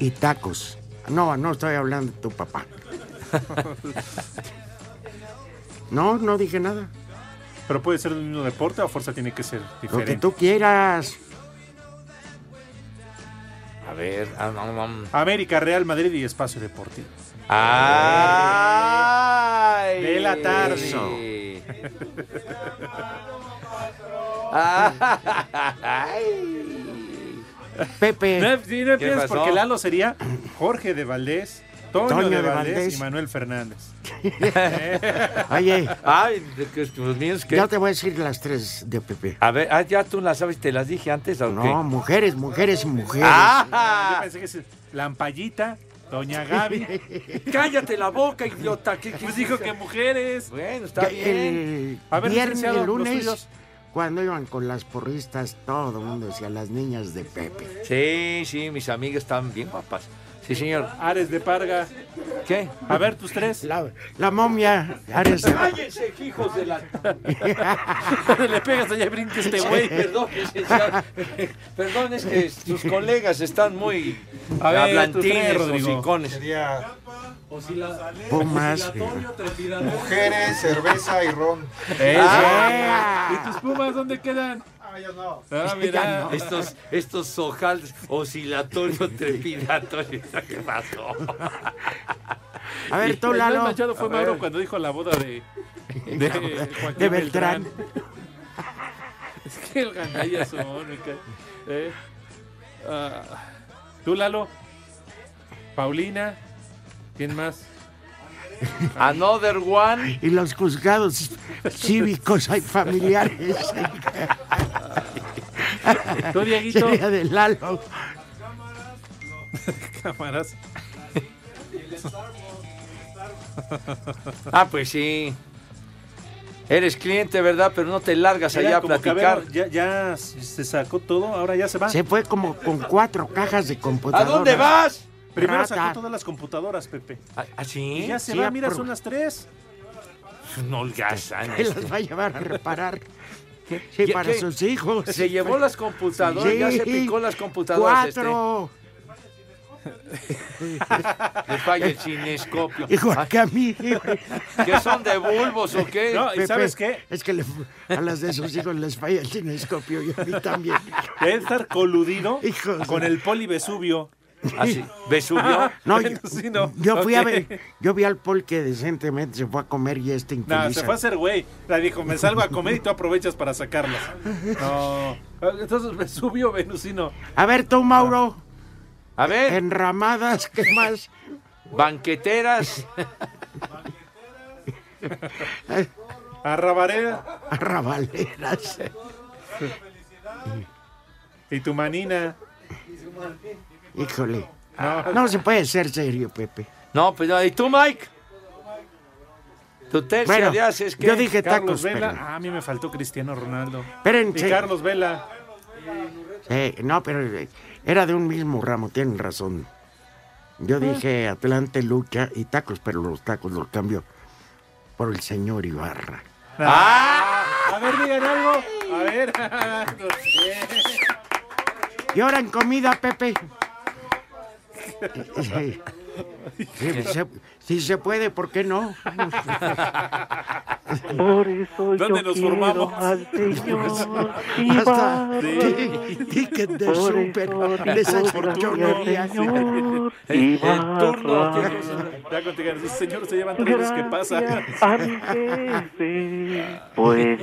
Speaker 5: y tacos. No, no estoy hablando de tu papá. No, no dije nada.
Speaker 6: Pero puede ser del mismo deporte o fuerza tiene que ser
Speaker 5: Lo que
Speaker 6: diferente.
Speaker 5: tú quieras.
Speaker 7: A ver, ah, no, no.
Speaker 6: América, Real Madrid y Espacio Deportivo.
Speaker 7: Ah, ¡Ay!
Speaker 6: De la tarde.
Speaker 7: ¡Ay!
Speaker 5: Pepe.
Speaker 6: No, sí, no
Speaker 7: ¿Qué
Speaker 6: empieces,
Speaker 7: pasó?
Speaker 6: porque Lalo sería Jorge de Valdés, Toño,
Speaker 7: Toño
Speaker 6: de
Speaker 7: de
Speaker 6: Valdés, y
Speaker 7: Valdés.
Speaker 6: Manuel Fernández.
Speaker 5: Oye.
Speaker 7: Ay, de que los míos que.
Speaker 5: Ya te voy a decir las tres de Pepe.
Speaker 7: A ver, ah, ya tú las sabes, te las dije antes. ¿o qué?
Speaker 5: No, mujeres, mujeres y mujeres.
Speaker 6: Ah, Yo pensé que es Lampallita, Doña Gaby.
Speaker 7: Cállate la boca, idiota. ¿Qué,
Speaker 6: pues dijo que mujeres.
Speaker 7: Bueno,
Speaker 5: Ya El
Speaker 6: A ver,
Speaker 5: viernes,
Speaker 6: licenciado,
Speaker 5: el lunes,
Speaker 6: los suyos.
Speaker 5: cuando iban con las porristas, todo el mundo decía las niñas de Pepe.
Speaker 7: Sí, sí, mis amigas están bien guapas. Sí, señor.
Speaker 6: Ares de Parga.
Speaker 7: ¿Qué?
Speaker 6: A ver, tus tres.
Speaker 5: La, la momia. Ares de-
Speaker 7: ¡Cállense, hijos de la.
Speaker 6: Le pegas allá y brinque este
Speaker 7: Güey,
Speaker 6: güey.
Speaker 7: perdón, licenciado. Perdón, es que sus colegas están muy
Speaker 6: A ver, tú
Speaker 7: hablantines,
Speaker 6: tres, Rodrigo.
Speaker 7: hocicones.
Speaker 5: Pumas.
Speaker 3: eh, Mujeres, cerveza y ron.
Speaker 6: Eso.
Speaker 7: Ah.
Speaker 6: ¿Y tus pumas dónde quedan?
Speaker 3: Ah, ya no.
Speaker 6: Ah, mira.
Speaker 7: Estos, estos ojals oscilatorios, trepidatorios. ¿Qué pasó?
Speaker 5: A ver, tú,
Speaker 6: El más
Speaker 5: Lalo.
Speaker 6: manchado fue
Speaker 5: A
Speaker 6: Mauro
Speaker 5: ver.
Speaker 6: cuando dijo la boda de.
Speaker 5: De-
Speaker 6: Joaquín
Speaker 5: de Beltrán.
Speaker 6: es que el gandalla son, me cae. Eh, ah, tú, Lalo. Paulina. ¿Quién más?
Speaker 7: Another one.
Speaker 5: Y los juzgados cívicos hay familiares.
Speaker 6: Tú, Dieguito.
Speaker 5: Sería de Lalo.
Speaker 6: Cámaras.
Speaker 7: Ah, pues sí. Eres cliente, ¿verdad? Pero no te largas
Speaker 6: Era
Speaker 7: allá a
Speaker 6: como que, a ver,
Speaker 7: platicar.
Speaker 6: ya, ya se sacó todo, ahora ya se va.
Speaker 5: Se fue como con cuatro cajas de
Speaker 7: ¿A
Speaker 5: computadoras.
Speaker 7: dónde vas?
Speaker 6: Primero
Speaker 5: Rata.
Speaker 6: sacó todas las computadoras, Pepe.
Speaker 7: ¿Ah,
Speaker 6: Y
Speaker 7: sí?
Speaker 6: ya se
Speaker 5: Sí,
Speaker 6: va,
Speaker 5: ya
Speaker 6: mira,
Speaker 5: pro-
Speaker 6: son las tres.
Speaker 7: No holgazán.
Speaker 5: Él
Speaker 7: este.
Speaker 5: las va a llevar a reparar. Sí,
Speaker 7: ¿Qué-
Speaker 5: para
Speaker 7: qué?
Speaker 5: sus hijos.
Speaker 7: Se llevó las computadoras, ya se
Speaker 5: Sí,
Speaker 7: picó las computadoras.
Speaker 5: Cuatro.
Speaker 7: Este. Le falla el cinescopio.
Speaker 5: Igual que a mí.
Speaker 7: ¿Qué son de bulbos o qué?
Speaker 6: No, ¿y
Speaker 5: Pepe,
Speaker 6: sabes qué?
Speaker 5: Es que le- a las de sus hijos les falla el cinescopio y a mí también.
Speaker 6: Debe estar coludido
Speaker 5: Hijos de-
Speaker 6: con el poli Vesubio.
Speaker 7: Así, Vesubio.
Speaker 5: No, yo,
Speaker 6: Bueno, sí, no.
Speaker 5: yo fui a
Speaker 6: Ok.
Speaker 5: ver, yo vi al Paul que decentemente se fue a comer y este
Speaker 6: No,
Speaker 5: infeliz.
Speaker 6: se fue a hacer güey. La dijo, me salgo a comer y tú aprovechas para sacarlas. No. Entonces Vesubio, Venusino.
Speaker 5: A ver, tú, Mauro,
Speaker 7: A ver,
Speaker 6: Ah.
Speaker 5: enramadas, ¿qué más?
Speaker 7: banqueteras.
Speaker 6: Arrabarera
Speaker 5: Arrabaleras.
Speaker 6: y tu manina.
Speaker 5: Híjole.
Speaker 6: No.
Speaker 5: No se puede ser serio, Pepe.
Speaker 7: No, pues no. ¿Y tú, Mike? Tu tercia
Speaker 5: Bueno,
Speaker 7: de haces que.
Speaker 5: yo dije
Speaker 6: Carlos
Speaker 5: tacos,
Speaker 6: Vela.
Speaker 5: pero...
Speaker 6: Ah, a mí me faltó Cristiano Ronaldo. Y
Speaker 5: Espérense.
Speaker 6: Carlos Vela.
Speaker 5: Eh, no, pero eh, era de un mismo ramo, tienen razón.
Speaker 6: Ah.
Speaker 5: Yo dije Atlante, Lucha y tacos, pero los tacos los cambió por el señor Ibarra.
Speaker 6: Ah. A ver, digan algo. A ver.
Speaker 5: Y ahora en comida, Pepe. Sí, sí, se- si se puede, ¿por qué no?
Speaker 4: Por eso
Speaker 6: ¿Dónde
Speaker 4: yo
Speaker 6: nos
Speaker 4: quiero
Speaker 6: formamos?
Speaker 4: al señor
Speaker 5: Hasta
Speaker 4: Ibarra.
Speaker 5: ti- ticket de
Speaker 4: Por eso
Speaker 5: súper.
Speaker 4: digo
Speaker 5: desayuno,
Speaker 4: gracias,
Speaker 5: llovería.
Speaker 4: señor
Speaker 6: Eh,
Speaker 7: El
Speaker 4: Ibarra.
Speaker 7: turno tiene-
Speaker 6: Ya contigo. Esos señores se llevan todos. ¿Qué pasa?
Speaker 4: Gracias a mi gente, pues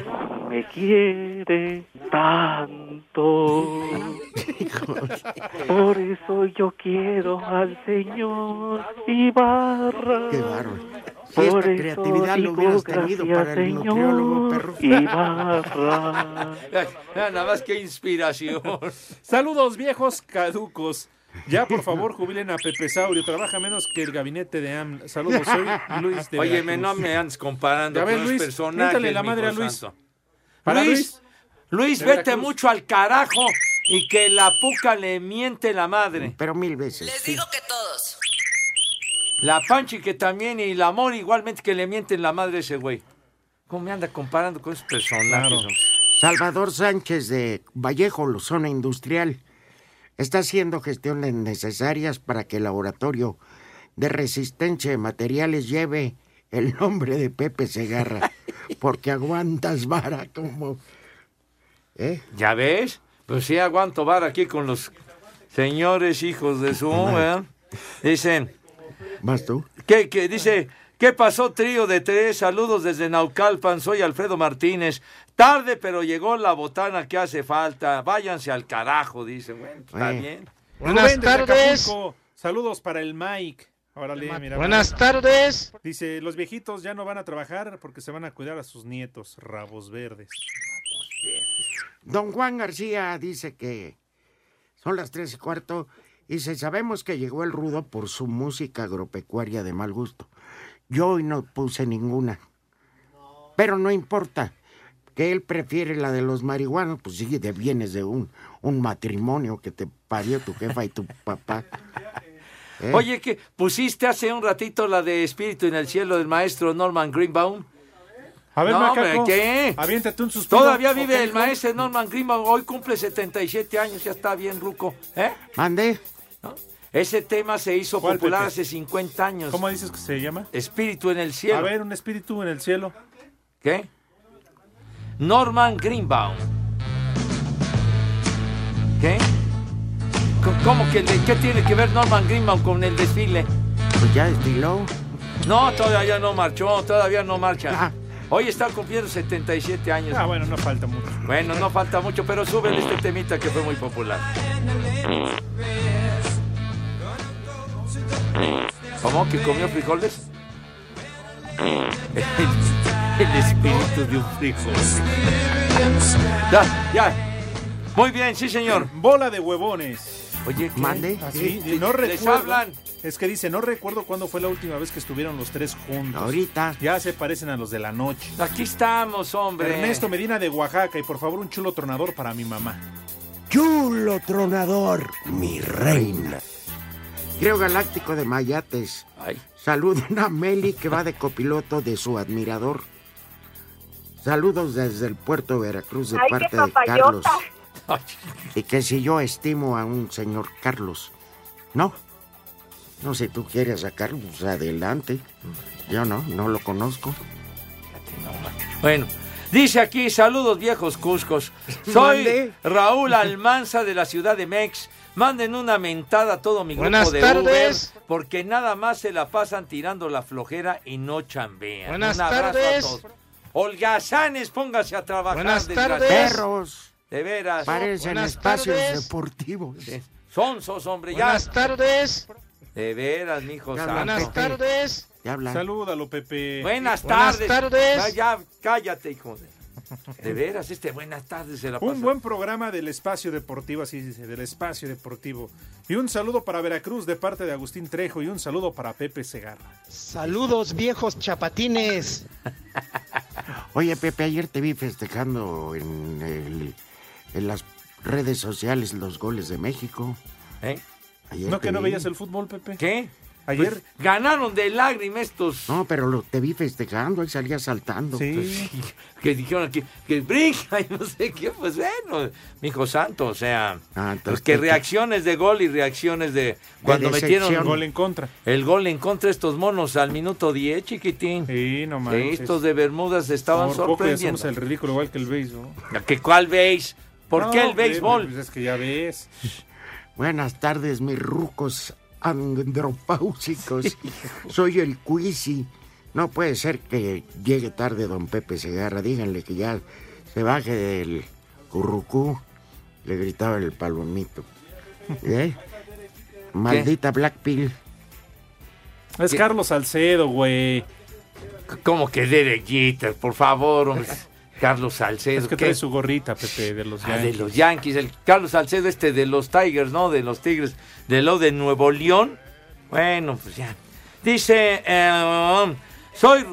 Speaker 4: me quiere tanto. Por eso yo quiero al señor Ibarra.
Speaker 5: Qué bárbaro. Si
Speaker 4: Por
Speaker 5: esta
Speaker 4: eso
Speaker 5: creatividad lo
Speaker 4: digo
Speaker 5: hubieras tenido
Speaker 4: gracias,
Speaker 5: para el nutriólogo, perro.
Speaker 4: señor Ibarra.
Speaker 7: Nada más que inspiración.
Speaker 6: Saludos, viejos caducos. Ya, por favor, jubilen a Pepe Saurio. Trabaja menos que el gabinete de AMLO. Saludos, soy Luis de
Speaker 7: Oye,
Speaker 6: Veracruz.
Speaker 7: no me andes comparando
Speaker 6: A ver,
Speaker 7: con los
Speaker 6: Luis,
Speaker 7: personajes.
Speaker 6: píntale la madre a
Speaker 7: mijo
Speaker 6: Luis.
Speaker 7: santo.
Speaker 6: Para
Speaker 7: Luis, Luis,
Speaker 6: De
Speaker 7: vete
Speaker 6: Veracruz.
Speaker 7: mucho al carajo y que la puca le miente la madre.
Speaker 5: Pero mil veces. sí.
Speaker 7: La Panchi que también y la Mori igualmente que le mienten la madre a ese güey. ¿Cómo me anda comparando con esos personajes?
Speaker 6: Claro.
Speaker 7: hombre?
Speaker 5: Salvador Sánchez de Vallejo, la zona industrial, está haciendo gestiones necesarias para que el laboratorio de resistencia de materiales lleve el nombre de Pepe Segarra, porque aguantas vara como... ¿Eh?
Speaker 7: ¿Ya ves? Pues sí, aguanto bar aquí con los señores hijos de su... ¿verdad? Dicen,
Speaker 5: ¿Vas tú?
Speaker 7: ¿Qué, qué? dice, ¿qué pasó trío de tres? Saludos desde Naucalpan, soy Alfredo Martínez. Tarde, pero llegó la botana que hace falta. Váyanse al carajo, dice. Bueno, pues, está
Speaker 5: Eh.
Speaker 7: bien.
Speaker 6: Buenas tardes. Saludos para el Mike. Órale, mira.
Speaker 8: Buenas tardes.
Speaker 6: Dice, los viejitos ya no van a trabajar porque se van a cuidar a sus nietos, rabos verdes.
Speaker 5: Don Juan García dice que son las tres y cuarto y se sabemos que llegó el rudo por su música agropecuaria de mal gusto. Yo hoy no puse ninguna. Pero no importa, que él prefiere la de los marihuanos, pues sigue de bienes de un, un matrimonio que te parió tu jefa y tu papá.
Speaker 7: ¿Eh? Oye, que pusiste hace un ratito la de Espíritu en el Cielo del maestro Norman Greenbaum.
Speaker 6: A ver,
Speaker 7: no,
Speaker 6: macaco,
Speaker 7: hombre, ¿qué?
Speaker 6: aviéntate un suspiro.
Speaker 7: Todavía vive
Speaker 6: Ok,
Speaker 7: el maestro Norman Greenbaum, hoy cumple 77 años, ya está bien ruco. ¿Eh?
Speaker 5: Mande.
Speaker 7: Ese tema se hizo
Speaker 6: ¿Cuál,
Speaker 7: popular
Speaker 6: Pepe?
Speaker 7: hace 50 años.
Speaker 6: ¿Cómo dices que se llama?
Speaker 7: Espíritu en el cielo.
Speaker 6: A ver, un espíritu en el cielo.
Speaker 7: ¿Qué? Norman Greenbaum. ¿Qué? C- ¿Cómo que le- qué tiene que ver Norman Greenbaum con el desfile?
Speaker 5: Pues ya desfiló.
Speaker 7: No, todavía no marchó, todavía no marcha. Hoy está cumpliendo 77 años.
Speaker 6: Ah, bueno, no falta mucho.
Speaker 7: Bueno, no falta mucho, pero suben este temita que fue muy popular. ¿Cómo? ¿Que comió frijoles? El, el espíritu de un frijol. Ya, ya. Muy bien, sí, señor.
Speaker 6: Bola de huevones.
Speaker 7: Oye, ¿qué?
Speaker 5: Mande.
Speaker 6: Así,
Speaker 7: Sí,
Speaker 6: no
Speaker 7: les
Speaker 6: recuerdo.
Speaker 7: hablan.
Speaker 6: Es que dice, no recuerdo cuándo fue la última vez que estuvieron los tres juntos.
Speaker 5: Ahorita.
Speaker 6: Ya se parecen a los de la noche.
Speaker 7: Aquí estamos, hombre.
Speaker 6: Ernesto Medina de Oaxaca y por favor un chulo tronador para mi mamá.
Speaker 5: Chulo tronador, mi reina. Creo Galáctico de Mayates.
Speaker 7: Ay.
Speaker 5: Saluden a Meli que va de copiloto de su admirador. Saludos desde el puerto Veracruz de
Speaker 8: Ay, qué
Speaker 5: parte de
Speaker 8: papayota.
Speaker 5: Carlos. Y que si yo estimo a un señor Carlos, no. No, si tú quieres a Carlos, pues, adelante. Yo no, no lo conozco.
Speaker 7: Bueno, dice aquí, saludos viejos Cuscos. Soy
Speaker 5: Mande.
Speaker 7: Raúl Almanza de la ciudad de Mex. Manden una mentada a todo mi grupo
Speaker 9: Buenas
Speaker 7: de
Speaker 9: tardes.
Speaker 7: Uber, porque nada más se la pasan tirando la flojera y no chambean.
Speaker 9: Buenas
Speaker 7: Un abrazo
Speaker 9: tardes.
Speaker 7: a todos. Holgazanes, póngase a trabajar.
Speaker 9: Buenas
Speaker 7: desgraciados.
Speaker 9: tardes.
Speaker 5: Perros.
Speaker 7: De veras.
Speaker 5: Parecen
Speaker 7: Buenas
Speaker 5: espacios
Speaker 7: tardes.
Speaker 5: deportivos.
Speaker 7: Sonsos, hombre, ya.
Speaker 9: Buenas tardes.
Speaker 7: De veras, mijo. santo.
Speaker 9: Buenas tardes.
Speaker 5: Ya hablan.
Speaker 6: Salúdalo, Pepe.
Speaker 7: Buenas
Speaker 9: Buenas
Speaker 7: tardes.
Speaker 9: tardes.
Speaker 7: Ya, ya, cállate, hijo. de- De veras, este buenas tardes se la pasa.
Speaker 6: Un buen programa del espacio deportivo, así dice, del espacio deportivo. Y un saludo para Veracruz de parte de Agustín Trejo y un saludo para Pepe Segarra.
Speaker 9: Saludos viejos chapatines.
Speaker 5: Oye, Pepe, ayer te vi festejando en, el- en las redes sociales los goles de México.
Speaker 7: ¿Eh?
Speaker 5: Ayer
Speaker 6: ¿No
Speaker 5: te
Speaker 6: que no
Speaker 5: vi.
Speaker 6: veías el fútbol, Pepe?
Speaker 7: ¿Qué?
Speaker 6: Ayer.
Speaker 7: Pues, ganaron de lágrimas estos
Speaker 5: No, pero lo, te vi festejando, ahí salía saltando. pues.
Speaker 6: Sí.
Speaker 7: que dijeron aquí que brinca y no sé qué, pues bueno, mijo santo, o sea,
Speaker 5: Ah, entonces
Speaker 7: pues que
Speaker 5: te-
Speaker 7: reacciones de gol y reacciones de cuando
Speaker 5: decepción.
Speaker 7: metieron
Speaker 6: Gol en contra.
Speaker 7: el gol en contra de estos monos al minuto 10, chiquitín.
Speaker 6: Sí, no
Speaker 7: Sí,
Speaker 6: manches.
Speaker 7: estos de Bermudas estaban
Speaker 6: Por poco ya somos
Speaker 7: sorprendiendo.
Speaker 6: el ridículo igual que el béisbol.
Speaker 7: ¿Que ¿Cuál veis? ¿Por
Speaker 6: No,
Speaker 7: qué el
Speaker 6: hombre,
Speaker 7: béisbol?
Speaker 6: pues es que ya ves.
Speaker 5: Buenas tardes, mis rucos andropáusicos. Soy el Cuisi. No puede ser que llegue tarde don Pepe Segarra. Díganle que ya se baje del currucú. Le gritaba el palomito. ¿Eh? Maldita Black Pill.
Speaker 6: Es Carlos Salcedo, güey.
Speaker 7: Como que Derek Jeter, por favor, hombre. Carlos Salcedo.
Speaker 6: Es que
Speaker 7: ¿qué?
Speaker 6: trae su gorrita, Pepe, de los
Speaker 7: Ah, de
Speaker 6: Yankees.
Speaker 7: los Yankees, el Carlos Salcedo este de los Tigers, ¿no? De los Tigres, de lo de Nuevo León. Bueno, pues ya. Dice, eh, soy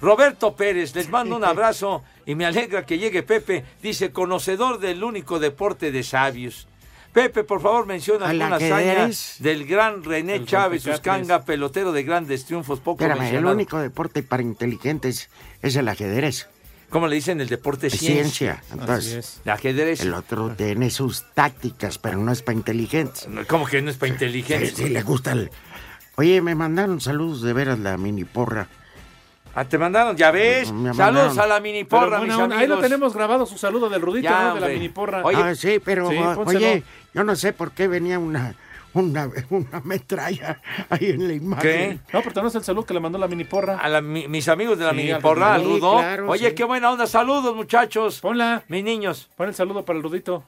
Speaker 7: Roberto Pérez, les mando un abrazo y me alegra que llegue Pepe, dice, conocedor del único deporte de sabios. Pepe, por favor, menciona
Speaker 5: A la
Speaker 7: alguna
Speaker 5: que
Speaker 7: hazaña
Speaker 5: eres.
Speaker 7: del gran René
Speaker 6: El
Speaker 7: Chávez
Speaker 6: rompecatres.
Speaker 7: Uscanga, pelotero de grandes triunfos, poco
Speaker 5: Espérame, el
Speaker 7: mencionado.
Speaker 5: único deporte para inteligentes es el ajedrez.
Speaker 7: ¿Cómo le dicen? El deporte
Speaker 5: Es
Speaker 7: ciencia.
Speaker 5: ciencia. Entonces,
Speaker 7: El ajedrez.
Speaker 5: el otro tiene sus tácticas, pero no es para inteligentes.
Speaker 7: ¿Cómo que no es para inteligente?
Speaker 5: Sí, sí, le gusta el... Oye, me mandaron saludos de veras la mini porra.
Speaker 7: Ah, te mandaron, ya ves.
Speaker 5: Me
Speaker 7: Saludos
Speaker 5: mandaron.
Speaker 7: a la mini
Speaker 6: Pero
Speaker 7: porra,
Speaker 6: buena
Speaker 7: mis
Speaker 6: onda. Ahí lo
Speaker 7: amigos.
Speaker 6: tenemos grabado, su saludo del Rudito,
Speaker 7: Ya,
Speaker 6: ¿no? De la
Speaker 7: hombre.
Speaker 6: miniporra.
Speaker 7: Oye,
Speaker 5: ah, sí, pero
Speaker 6: Sí,
Speaker 5: o-
Speaker 6: pónselo.
Speaker 5: oye, yo no sé por qué venía una, una, una metralla ahí en la
Speaker 7: ¿Qué?
Speaker 5: imagen.
Speaker 6: No, pero tenemos el saludo que le mandó la miniporra.
Speaker 7: A la mi- mis amigos de la
Speaker 6: Sí,
Speaker 7: mini
Speaker 6: al
Speaker 7: porra, al
Speaker 5: Rudito.
Speaker 7: Rudo.
Speaker 5: Sí, claro,
Speaker 7: Oye,
Speaker 5: sí.
Speaker 7: qué buena onda. Saludos, muchachos.
Speaker 6: Ponla.
Speaker 7: Mis niños.
Speaker 6: Pon el saludo para el Rudito.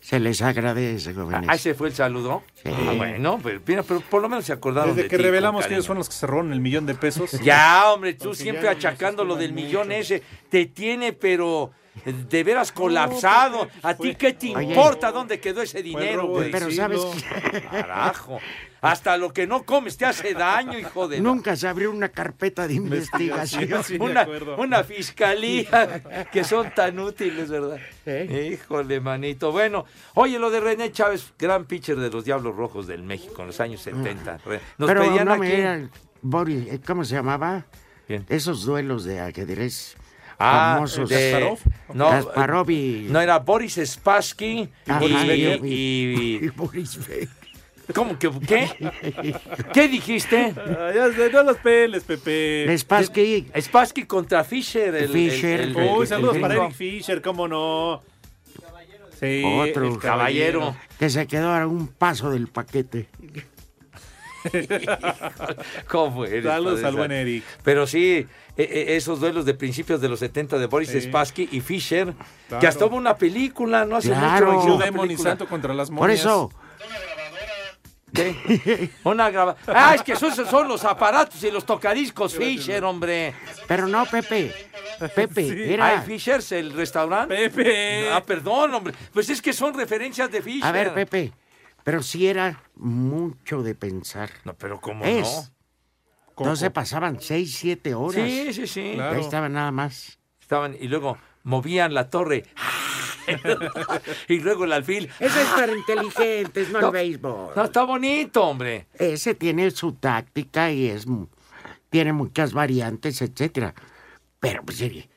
Speaker 5: Se les agradece,
Speaker 7: Ah,
Speaker 5: jóvenes.
Speaker 7: ah, ese fue el saludo.
Speaker 5: Sí.
Speaker 7: Ah, bueno, pero, mira, pero por lo menos se acordaron.
Speaker 6: Desde
Speaker 7: de
Speaker 6: que
Speaker 7: ti,
Speaker 6: revelamos
Speaker 7: con
Speaker 6: que ellos fueron
Speaker 7: cariño.
Speaker 6: los que se robaron el millón de pesos.
Speaker 7: Ya, hombre, tú
Speaker 6: Porque
Speaker 7: siempre
Speaker 6: ya no nos
Speaker 7: achacando lo
Speaker 6: estiman
Speaker 7: del
Speaker 6: mucho.
Speaker 7: millón ese. Te tiene, pero de veras colapsado.
Speaker 6: pues,
Speaker 7: ¿A ti qué te importa dónde quedó ese dinero,
Speaker 5: robo
Speaker 7: güey?
Speaker 5: de Pero sabes
Speaker 7: Carajo. Hasta lo que no comes te hace daño, hijo de...
Speaker 5: Nunca se abrió una carpeta de investigación.
Speaker 7: una, una fiscalía que son tan útiles, ¿verdad?
Speaker 5: ¿Eh?
Speaker 7: Híjole, manito. Bueno, oye, lo de René Chávez, gran pitcher de los Diablos Rojos del México en los años 70. Re- Nos
Speaker 5: Mm. Pero
Speaker 7: pedían
Speaker 5: no
Speaker 7: aquí-
Speaker 5: me era el Boris, eh, ¿cómo se llamaba? Esos duelos de ajedrez
Speaker 7: Ah,
Speaker 5: famosos.
Speaker 7: de- ¿Kasparov? no,
Speaker 5: Kasparov y...
Speaker 7: No, era Boris Spassky
Speaker 5: Ajá,
Speaker 7: y,
Speaker 5: y-
Speaker 7: y- y-
Speaker 5: Boris Becker.
Speaker 7: ¿Cómo que qué? ¿Qué dijiste?
Speaker 6: Ah, ya sé, no los peles, Pepe.
Speaker 5: Spassky.
Speaker 7: Spassky contra Fisher. El, el-
Speaker 6: Fisher.
Speaker 7: el-
Speaker 6: Uy,
Speaker 7: el-
Speaker 6: saludos
Speaker 7: el
Speaker 6: para
Speaker 7: gringo.
Speaker 6: Eric Fisher, cómo no. Sí, este,
Speaker 5: Otro
Speaker 7: este
Speaker 6: el caballero.
Speaker 5: Que se quedó a un paso del paquete.
Speaker 7: ¿Cómo eres?
Speaker 6: Saludos
Speaker 7: padre?
Speaker 6: al buen Eric.
Speaker 7: Pero sí, e- e- esos duelos de principios de los 70 de Boris
Speaker 6: Sí.
Speaker 7: Spassky y Fisher, que
Speaker 6: Claro.
Speaker 7: hasta hubo una película, no hace
Speaker 5: Claro.
Speaker 7: mucho. hicieron una
Speaker 6: Demon y
Speaker 7: película.
Speaker 6: Santo contra las momias.
Speaker 5: Por eso,
Speaker 7: ¿Qué? eh, Una graba. Ah, es que esos son los aparatos y los tocadiscos Fisher, hombre.
Speaker 5: pero no, Pepe. Pepe,
Speaker 7: Sí.
Speaker 5: era...
Speaker 7: Ay, Fisher's, el restaurante.
Speaker 6: Pepe.
Speaker 7: Ah, perdón, hombre. Pues es que son referencias de Fisher.
Speaker 5: A ver, Pepe, pero sí era mucho de pensar.
Speaker 7: No, pero ¿cómo
Speaker 5: es.
Speaker 7: no?
Speaker 5: Entonces pasaban seis, siete horas.
Speaker 7: Sí, sí, sí.
Speaker 5: Ahí estaba nada más.
Speaker 7: Estaban, y luego movían la torre. y luego el alfil.
Speaker 5: Eso es para inteligentes, no, el béisbol.
Speaker 7: No, está bonito, hombre.
Speaker 5: Ese tiene su táctica y es mu- tiene muchas variantes, etcétera. Pero pues sí,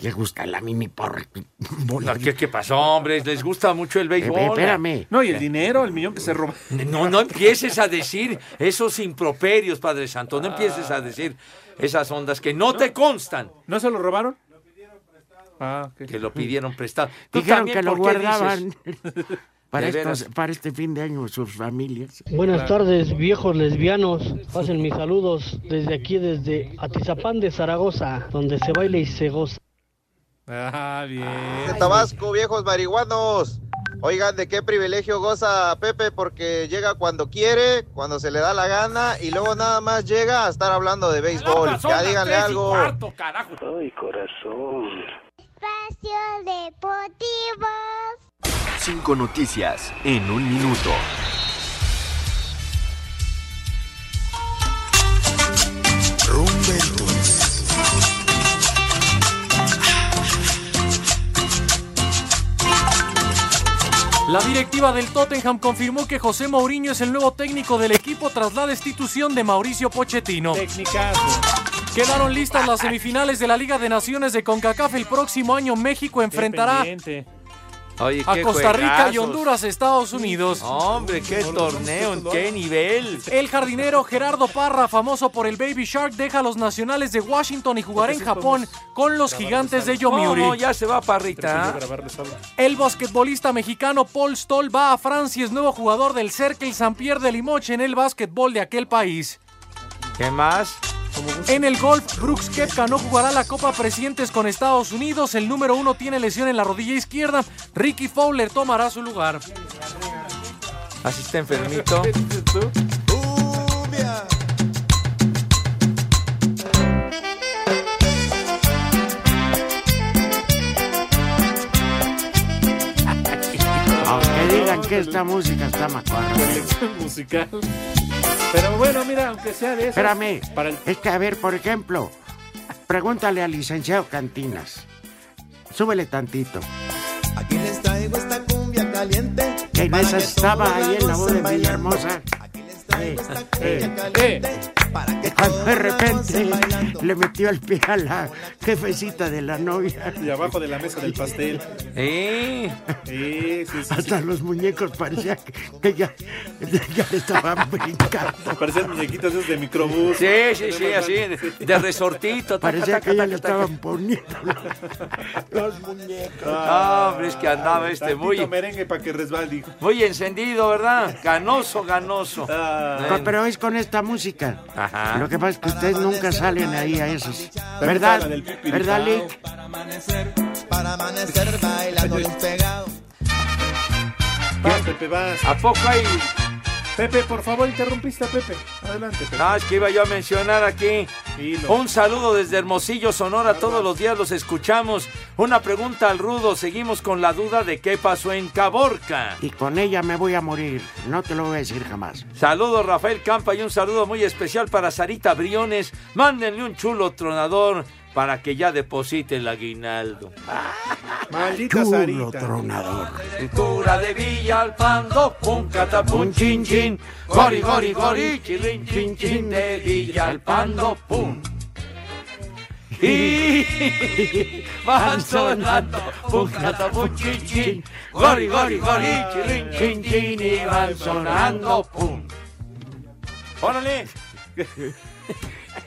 Speaker 5: le gusta la mini por
Speaker 7: No, ¿qué, qué pasó, hombre? Les gusta mucho el béisbol.
Speaker 5: Eh, espérame.
Speaker 6: No, y el dinero, el millón que se roba.
Speaker 7: No, no empieces a decir esos improperios, Padre Santo. No empieces a decir esas ondas que no te constan.
Speaker 6: ¿No se lo robaron? Ah, ok.
Speaker 7: Que lo pidieron prestado. Tú
Speaker 5: Dijeron
Speaker 7: también,
Speaker 5: que lo
Speaker 7: ¿por qué
Speaker 5: guardaban
Speaker 7: dices?
Speaker 5: para,
Speaker 7: De
Speaker 5: estos-
Speaker 7: veras.
Speaker 5: para este fin de año sus familias.
Speaker 8: Buenas tardes, viejos lesbianos. Pasen mis saludos desde aquí, desde Atizapán de Zaragoza, donde se baila y se goza.
Speaker 6: Ah, bien.
Speaker 10: de Tabasco, viejos marihuanos. Oigan, ¿de qué privilegio goza Pepe? Porque llega cuando quiere, cuando se le da la gana y luego nada más llega a estar hablando de béisbol.
Speaker 7: Son
Speaker 10: Ya
Speaker 7: las
Speaker 10: díganle
Speaker 7: tres y
Speaker 10: algo.
Speaker 7: cuarto, carajo.
Speaker 10: corazón.
Speaker 20: Espacio Deportivo.
Speaker 11: Cinco noticias en un minuto.
Speaker 26: La directiva del Tottenham confirmó que José Mourinho es el nuevo técnico del equipo tras la destitución de Mauricio Pochettino. Quedaron listas las semifinales de la Liga de Naciones de CONCACAF. El próximo año México enfrentará
Speaker 6: Pendiente.
Speaker 7: Oye,
Speaker 26: a
Speaker 7: qué
Speaker 26: Costa Rica y
Speaker 7: juegazos.
Speaker 26: Honduras, Estados Unidos.
Speaker 7: Hombre, qué torneo, en qué nivel.
Speaker 26: El jardinero Gerardo Parra, famoso por el Baby Shark, deja a los nacionales de Washington y jugará en Japón con los gigantes de Yomiuri.
Speaker 7: ¿Cómo? Ya se va, Parrita.
Speaker 26: El basquetbolista mexicano Paul Stoll va a Francia y es nuevo jugador del Cercle Saint-Pierre de Limoche en el basquetbol de aquel país.
Speaker 7: ¿Qué más?
Speaker 26: En el golf, Brooks Koepka no jugará la Copa Presidentes con Estados Unidos. El número uno tiene lesión en la rodilla izquierda. Ricky Fowler tomará su lugar.
Speaker 7: Así está enfermito.
Speaker 5: Aunque digan que esta música está ¿eh? macuarra.
Speaker 6: musical. Pero bueno, mira, aunque sea de eso.
Speaker 5: Espérame. Es que, a ver, por ejemplo, pregúntale al licenciado Cantinas. Súbele tantito.
Speaker 15: Aquí les traigo esta cumbia caliente.
Speaker 5: Que en
Speaker 15: para
Speaker 5: esa
Speaker 15: que
Speaker 5: estaba
Speaker 15: todos
Speaker 5: ahí en la voz de
Speaker 15: gocen bailando.
Speaker 5: Villahermosa.
Speaker 15: Traigo esta cumbia
Speaker 5: Eh,
Speaker 15: caliente.
Speaker 5: Y Cuando de repente le metió el pie a la jefecita de la novia.
Speaker 6: Y abajo de la mesa del pastel.
Speaker 7: ¿Eh?
Speaker 6: Sí, sí, sí.
Speaker 5: Hasta los muñecos parecía que, que ya, ya le estaban brincando.
Speaker 6: Parecen muñequitas esos de microbús.
Speaker 7: Sí, sí, sí, así, de, de resortito. taca, taca,
Speaker 5: Parecía que ya
Speaker 7: taca,
Speaker 5: le
Speaker 7: taca.
Speaker 5: estaban poniendo los muñecos.
Speaker 7: Ah, hombre, es que andaba este
Speaker 6: Tantito
Speaker 7: muy,
Speaker 6: merengue para que resbalde. hijo.
Speaker 7: muy encendido, ¿verdad? Ganoso, ganoso.
Speaker 6: Ah,
Speaker 5: Pa- Pero es con esta música.
Speaker 7: Ajá.
Speaker 5: Lo que pasa es que ustedes nunca salen ahí a esos.
Speaker 15: También
Speaker 5: ¿Verdad?
Speaker 15: habla del pipiripao.
Speaker 5: ¿Verdad, Lick?
Speaker 15: Para amanecer, para amanecer bailando bien pegado.
Speaker 6: Vas, Pepe, vas.
Speaker 7: ¿A poco hay?
Speaker 6: Pepe, por favor, interrumpiste a Pepe. Adelante, Pepe.
Speaker 7: Ah, es que iba yo a mencionar aquí Un saludo desde Hermosillo, Sonora. Todos los días los escuchamos. Una pregunta al Rudo. Seguimos con la duda de qué pasó en Caborca.
Speaker 5: Y con ella me voy a morir. No te lo voy a decir jamás.
Speaker 7: Saludos Rafael Campa y un saludo muy especial para Sarita Briones. Mándenle un chulo tronador para que ya deposite el aguinaldo.
Speaker 5: Maldita Chulo tronador.
Speaker 7: Cintura de Villa al pando, pum catapum chin chin, gori gori gori, chilin chin chin de Villa al pando, pum. Y van sonando, pum catapum chin chin, gori gori gori, chilin chin chin y van sonando, pum. Órale.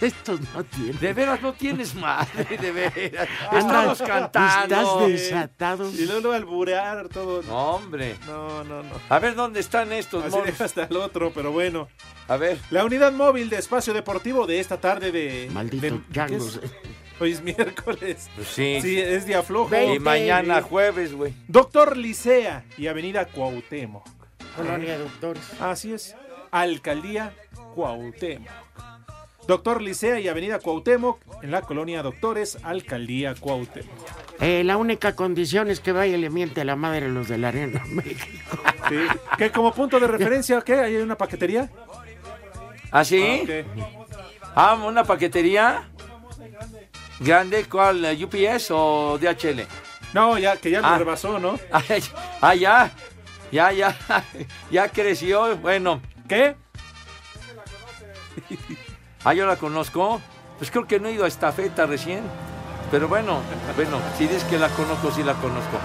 Speaker 5: Estos no tienen.
Speaker 7: De veras no tienes madre, de veras.
Speaker 5: Andas-
Speaker 7: Ah, Estamos cantando.
Speaker 5: estás desatado.
Speaker 7: Y luego alburear todo. No, hombre.
Speaker 6: No, no, no.
Speaker 7: A ver dónde están estos
Speaker 6: Así
Speaker 7: monos?
Speaker 6: deja hasta el otro, pero bueno.
Speaker 7: A ver.
Speaker 6: La unidad móvil de espacio deportivo de esta tarde de.
Speaker 5: Maldito
Speaker 6: de-
Speaker 5: changos.
Speaker 6: ¿qué es? Hoy es miércoles.
Speaker 7: Pues sí.
Speaker 6: Sí, es día flojo.
Speaker 7: Y mañana jueves, güey.
Speaker 6: Doctor Licea y Avenida Cuauhtémoc.
Speaker 5: Colonia
Speaker 6: Doctores. Así es. Alcaldía Cuauhtémoc. Doctor Licea y Avenida Cuauhtémoc en la colonia Doctores, Alcaldía Cuauhtémoc.
Speaker 5: Eh, la única condición es que vaya y le miente a la madre a los de la arena. México.
Speaker 6: Sí. Que como punto de referencia, ¿qué? Ahí hay una paquetería.
Speaker 7: ¿Ah, sí? Ah, una paquetería. Grande, ¿cuál? eh, ¿UPS o DHL?
Speaker 6: No, ya, que ya lo
Speaker 7: Ah.
Speaker 6: rebasó, ¿no?
Speaker 7: Ay, Ah, ya. Ya, ya. Ya creció. Bueno.
Speaker 6: ¿Qué?
Speaker 7: Ah, yo la conozco. Pues creo que no he ido a Estafeta recién. Pero bueno, bueno, si dices que la conozco, sí la conozco.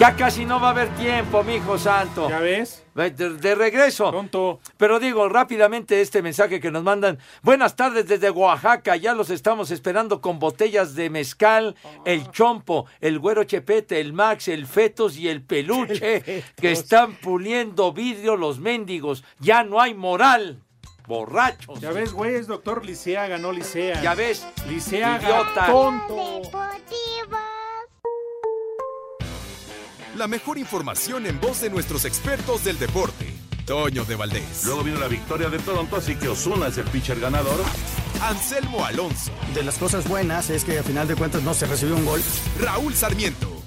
Speaker 7: Ya casi no va a haber tiempo, mi hijo santo. ¿Ya
Speaker 6: ves?
Speaker 7: De, de regreso. Pero digo rápidamente este mensaje que nos mandan. Buenas tardes desde Oaxaca. Ya los estamos esperando con botellas de mezcal, el chompo, el güero chepete, el max, el fetos y el peluche que están puliendo vidrio los mendigos. Ya no hay moral. Borrachos.
Speaker 6: Ya ves, güey, es doctor Licea, ganó Licea.
Speaker 7: Ya ves,
Speaker 6: Licea,
Speaker 7: idiota.
Speaker 6: tonto.
Speaker 2: La mejor información en voz de nuestros expertos del deporte. Toño de Valdés.
Speaker 19: Luego vino la victoria de Toronto, así que Osuna es el pitcher ganador.
Speaker 2: Anselmo Alonso.
Speaker 27: De las cosas buenas es que a final de cuentas no se recibió un gol.
Speaker 2: Raúl Sarmiento.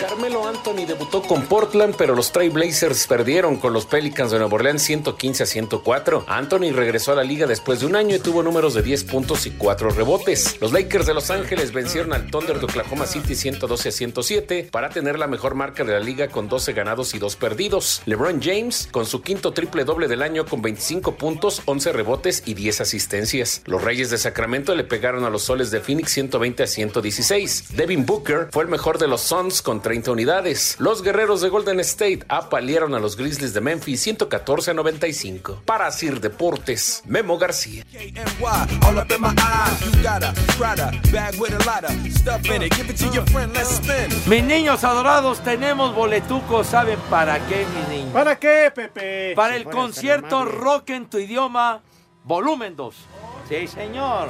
Speaker 28: Carmelo Anthony debutó con Portland, pero los Trail Blazers perdieron con los Pelicans de Nueva Orleans 115 a 104. Anthony regresó a la liga después de un año y tuvo números de 10 puntos y 4 rebotes. Los Lakers de Los Ángeles vencieron al Thunder de Oklahoma City 112 a 107 para tener la mejor marca de la liga con 12 ganados y 2 perdidos. LeBron James con su quinto triple doble del año con 25 puntos, 11 rebotes y 10 asistencias. Los Reyes de Sacramento le pegaron a los Soles de Phoenix 120 a 116. Devin Booker fue el mejor de los Suns con 30 unidades. Los Guerreros de Golden State apalearon a los Grizzlies de Memphis 114 a 95. Para Sir Deportes, Memo García.
Speaker 29: Why? All up in my eyes, you got a Prada bag with a lot of stuff in it. Give it to your friend, let's spin.
Speaker 7: Mis niños adorados, tenemos boletucos, ¿saben para qué, mis niños?
Speaker 6: ¿Para qué, Pepe?
Speaker 7: Para
Speaker 6: Si
Speaker 7: el
Speaker 6: fueras tan
Speaker 7: concierto
Speaker 6: amable.
Speaker 7: Rock en tu idioma, volumen 2. Sí, señor.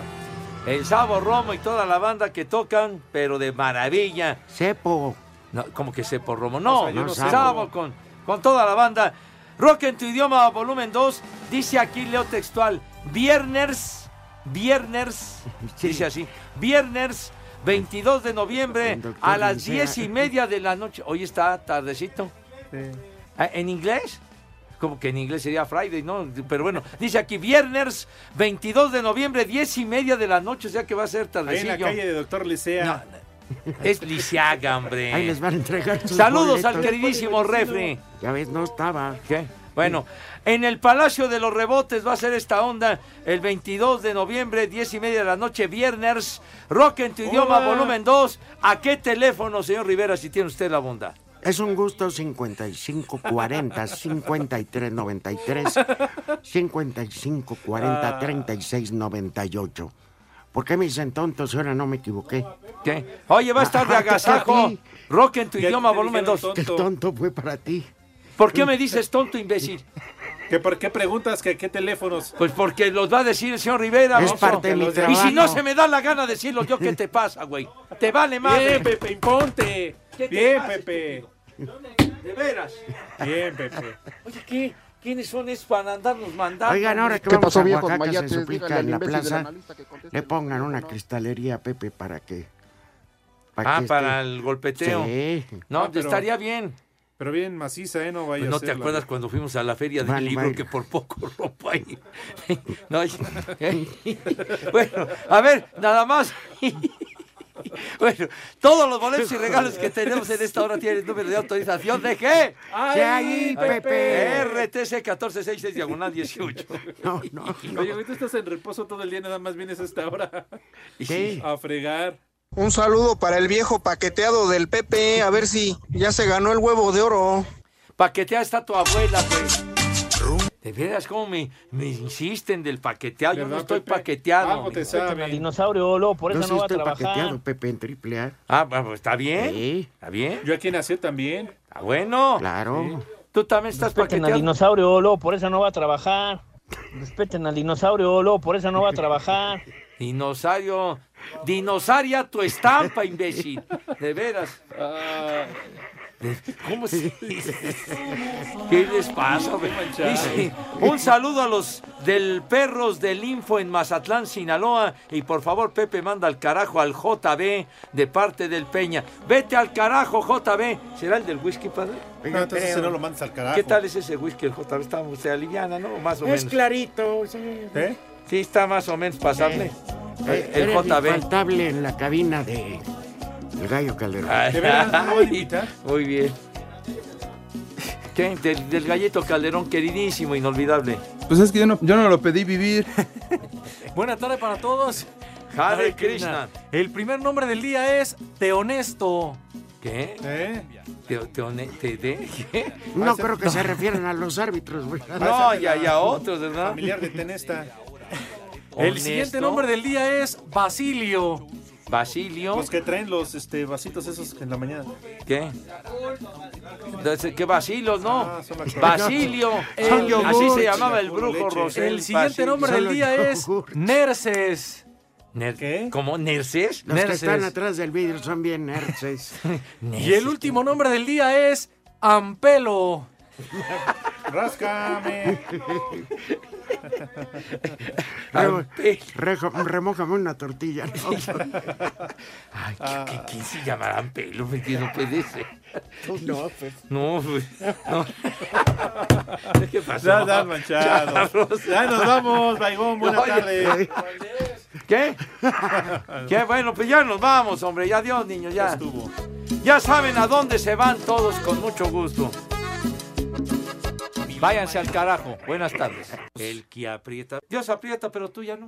Speaker 7: El Sabo Romo y toda la banda que tocan, pero de maravilla.
Speaker 5: Cepo.
Speaker 7: No, como que Cepo Romo, no,
Speaker 5: O sea, yo Oh, no
Speaker 7: Sabo,
Speaker 5: Sabo.
Speaker 7: con, con toda la banda. Rock en tu idioma, volumen 2, dice aquí Leo Textual, viernes, viernes, dice así, viernes 22 de noviembre a las
Speaker 5: Lucía.
Speaker 7: diez y media de la noche. Hoy está tardecito. Ah, ¿En inglés? Como que en inglés sería Friday, ¿no? Pero bueno, dice aquí viernes 22 de noviembre, 10 y media de la noche, o sea que va a ser
Speaker 6: Ahí en
Speaker 7: tardecillo.
Speaker 6: la calle de doctor Licea.
Speaker 7: Es Lisiaga, hombre.
Speaker 5: Ahí les van a entregar sus
Speaker 7: Saludos
Speaker 5: boletos.
Speaker 7: al queridísimo refri.
Speaker 5: Ya ves, no estaba.
Speaker 7: ¿Qué? Bueno, en el Palacio de los Rebotes va a ser esta onda el 22 de noviembre, 10 y media de la noche, viernes. Rock en tu idioma,
Speaker 5: Hola.
Speaker 7: volumen 2. ¿A qué teléfono, señor Rivera, si tiene usted la bondad?
Speaker 5: Es un gusto 5540 5393 5540 3698. ¿Por qué me dicen tontos? Ahora no me equivoqué. Ah,
Speaker 7: ¿Qué? Oye, va a estar de agasajo. Rock en tu
Speaker 5: Ya
Speaker 7: idioma,
Speaker 5: te
Speaker 7: volumen 2.
Speaker 5: dijeron tonto. Qué tonto fue para ti.
Speaker 7: ¿Por qué me dices tonto, imbécil?
Speaker 6: ¿Que ¿Por qué preguntas? ¿Que qué teléfonos?
Speaker 7: Pues porque los va a decir el señor Rivera.
Speaker 6: Es
Speaker 7: Alonso.
Speaker 6: parte de mi
Speaker 7: Y si no
Speaker 6: trabajo.
Speaker 7: se me da la gana decirlo yo, ¿qué te pasa, güey? Te vale madre.
Speaker 6: Bien, Pepe, imponte.
Speaker 7: ¿Qué te
Speaker 6: Bien,
Speaker 7: pasa,
Speaker 6: Pepe.
Speaker 7: De veras.
Speaker 6: Bien, Pepe.
Speaker 7: Oye, ¿qué? ¿Quién son esos para andarnos mandando?
Speaker 5: Oigan, ahora que
Speaker 7: ¿Qué
Speaker 5: vamos
Speaker 7: pasó,
Speaker 5: a
Speaker 7: viejos
Speaker 5: Oaxaca, se
Speaker 7: mayates?
Speaker 5: suplica
Speaker 7: Dígale al
Speaker 5: en la
Speaker 7: imbécil del
Speaker 5: plaza,
Speaker 7: analista que conteste
Speaker 5: le pongan una cristalería a Pepe para que...
Speaker 7: Ah,
Speaker 5: que
Speaker 7: para
Speaker 5: esté-
Speaker 7: el golpeteo.
Speaker 5: Sí.
Speaker 7: No,
Speaker 6: Ah, pero-
Speaker 7: estaría bien.
Speaker 6: Pero bien maciza, ¿eh? No vaya
Speaker 7: Pues
Speaker 6: a
Speaker 7: ¿No te
Speaker 6: ser la-
Speaker 7: acuerdas cuando fuimos a la feria del
Speaker 6: Vale,
Speaker 7: libro
Speaker 6: vale.
Speaker 7: que por poco rompo ahí? No, y- bueno, a ver, nada más. Bueno, todos los boletos y regalos que tenemos en esta hora tienen el número de autorización de qué?
Speaker 5: ¡Ay, ahí, Pepe!
Speaker 7: RTC 1466 diagonal 18.
Speaker 5: No, no,
Speaker 6: Oye, ahorita estás en reposo todo el día, nada más vienes a esta hora.
Speaker 5: Sí.
Speaker 6: A fregar.
Speaker 9: Un saludo para el viejo paqueteado del Pepe, a ver si ya se ganó el huevo de oro.
Speaker 7: Paquetea está tu abuela, pues. De veras, cómo me, me insisten del paqueteado. Yo no
Speaker 6: ¿Verdad,
Speaker 7: estoy
Speaker 6: Pepe?
Speaker 7: paqueteado.
Speaker 6: Algo te
Speaker 7: hombre.
Speaker 6: sabe.
Speaker 8: Dinosaurio, lo, por
Speaker 5: Yo
Speaker 8: eso
Speaker 5: sí
Speaker 8: no va a
Speaker 5: estoy
Speaker 8: trabajar.
Speaker 5: paqueteado, Pepe, en triple A.
Speaker 7: Ah, bueno, pues, está bien.
Speaker 5: Sí.
Speaker 7: Está bien.
Speaker 6: Yo aquí nací también.
Speaker 7: Está bueno.
Speaker 5: Claro.
Speaker 7: Tú también estás
Speaker 8: Respeten al
Speaker 7: paqueteado.
Speaker 8: dinosaurio, lo, por eso no va a trabajar. Respeten al dinosaurio, lo, por eso no va a trabajar.
Speaker 7: Dinosaurio. Dinosaria tu estampa, imbécil. De veras. De- ¿Cómo se dice? ¿Qué les pasa? hombre?
Speaker 6: manchado.
Speaker 7: Dice, un saludo a los del Perros del Info en Mazatlán, Sinaloa. Y por favor, Pepe, manda al carajo al JB de parte del Peña. Vete al carajo, JB. ¿Será el del whisky, padre?
Speaker 5: Oiga, No, entonces creo. ese no lo mandas al carajo.
Speaker 7: ¿Qué tal es ese whisky, el JB? Está usted aliviana, ¿no? Más o
Speaker 5: Es
Speaker 7: menos.
Speaker 5: clarito. sí.
Speaker 7: ¿Eh? Sí, está más o menos pasable.
Speaker 5: Eh,
Speaker 7: el
Speaker 5: eres
Speaker 7: JB.
Speaker 5: infaltable en la cabina de... El gallo Calderón.
Speaker 7: Ay,
Speaker 6: ¿De veras no lo van a invitar?
Speaker 7: Muy bien. ¿Qué? Del, del galleto Calderón, queridísimo, inolvidable.
Speaker 1: Pues es que yo no, yo no lo pedí vivir.
Speaker 26: Buena tarde para todos.
Speaker 7: Hare Krishna.
Speaker 26: El primer nombre del día es Te Honesto.
Speaker 7: ¿Qué? ¿Te, te, one- te de? ¿Qué?
Speaker 5: No creo que se refieran a los árbitros, güey.
Speaker 7: No, ya, ya,
Speaker 6: oh.
Speaker 7: otros, ¿verdad?
Speaker 6: Familiar de Tenesta.
Speaker 26: El siguiente nombre del día es Basilio.
Speaker 7: Basilio.
Speaker 6: Los que traen los este, vasitos esos en la mañana.
Speaker 7: ¿Qué? Entonces, ¿Qué Basilio, no?
Speaker 6: Ah, son las-
Speaker 7: Basilio.
Speaker 6: No, son
Speaker 7: El-
Speaker 6: yogur,
Speaker 7: así se
Speaker 6: chile
Speaker 7: llamaba el
Speaker 6: con
Speaker 7: brujo
Speaker 6: leche.
Speaker 7: Rosel.
Speaker 26: El siguiente
Speaker 7: Basilio.
Speaker 26: nombre del día es Nerces.
Speaker 7: Ner- ¿Cómo? ¿Nerces?
Speaker 5: Los que están
Speaker 7: Nerces.
Speaker 5: atrás del vidrio son bien nerds.
Speaker 26: Y el último nombre del día es Ampelo.
Speaker 6: ¡Ráscame!
Speaker 5: Remo- rejo- remójame una tortilla. ¿no?
Speaker 7: Ay, ¿qué- qué- ¿Quién se llamarán pelo? Me entiendo, puede ser.
Speaker 5: No, pues.
Speaker 7: No, pues, no. ¿Qué pasó?
Speaker 6: Ya están manchados.
Speaker 7: Charros.
Speaker 6: Ya nos vamos, Baigón. Buenas
Speaker 7: Oye.
Speaker 6: tardes.
Speaker 7: ¿Qué? ¿Qué? Bueno, pues ya nos vamos, hombre. Ya adiós, niños, ya. Ya saben a dónde se van todos con mucho gusto. Váyanse al carajo. Buenas tardes. El que aprieta. Dios aprieta, pero tú ya no.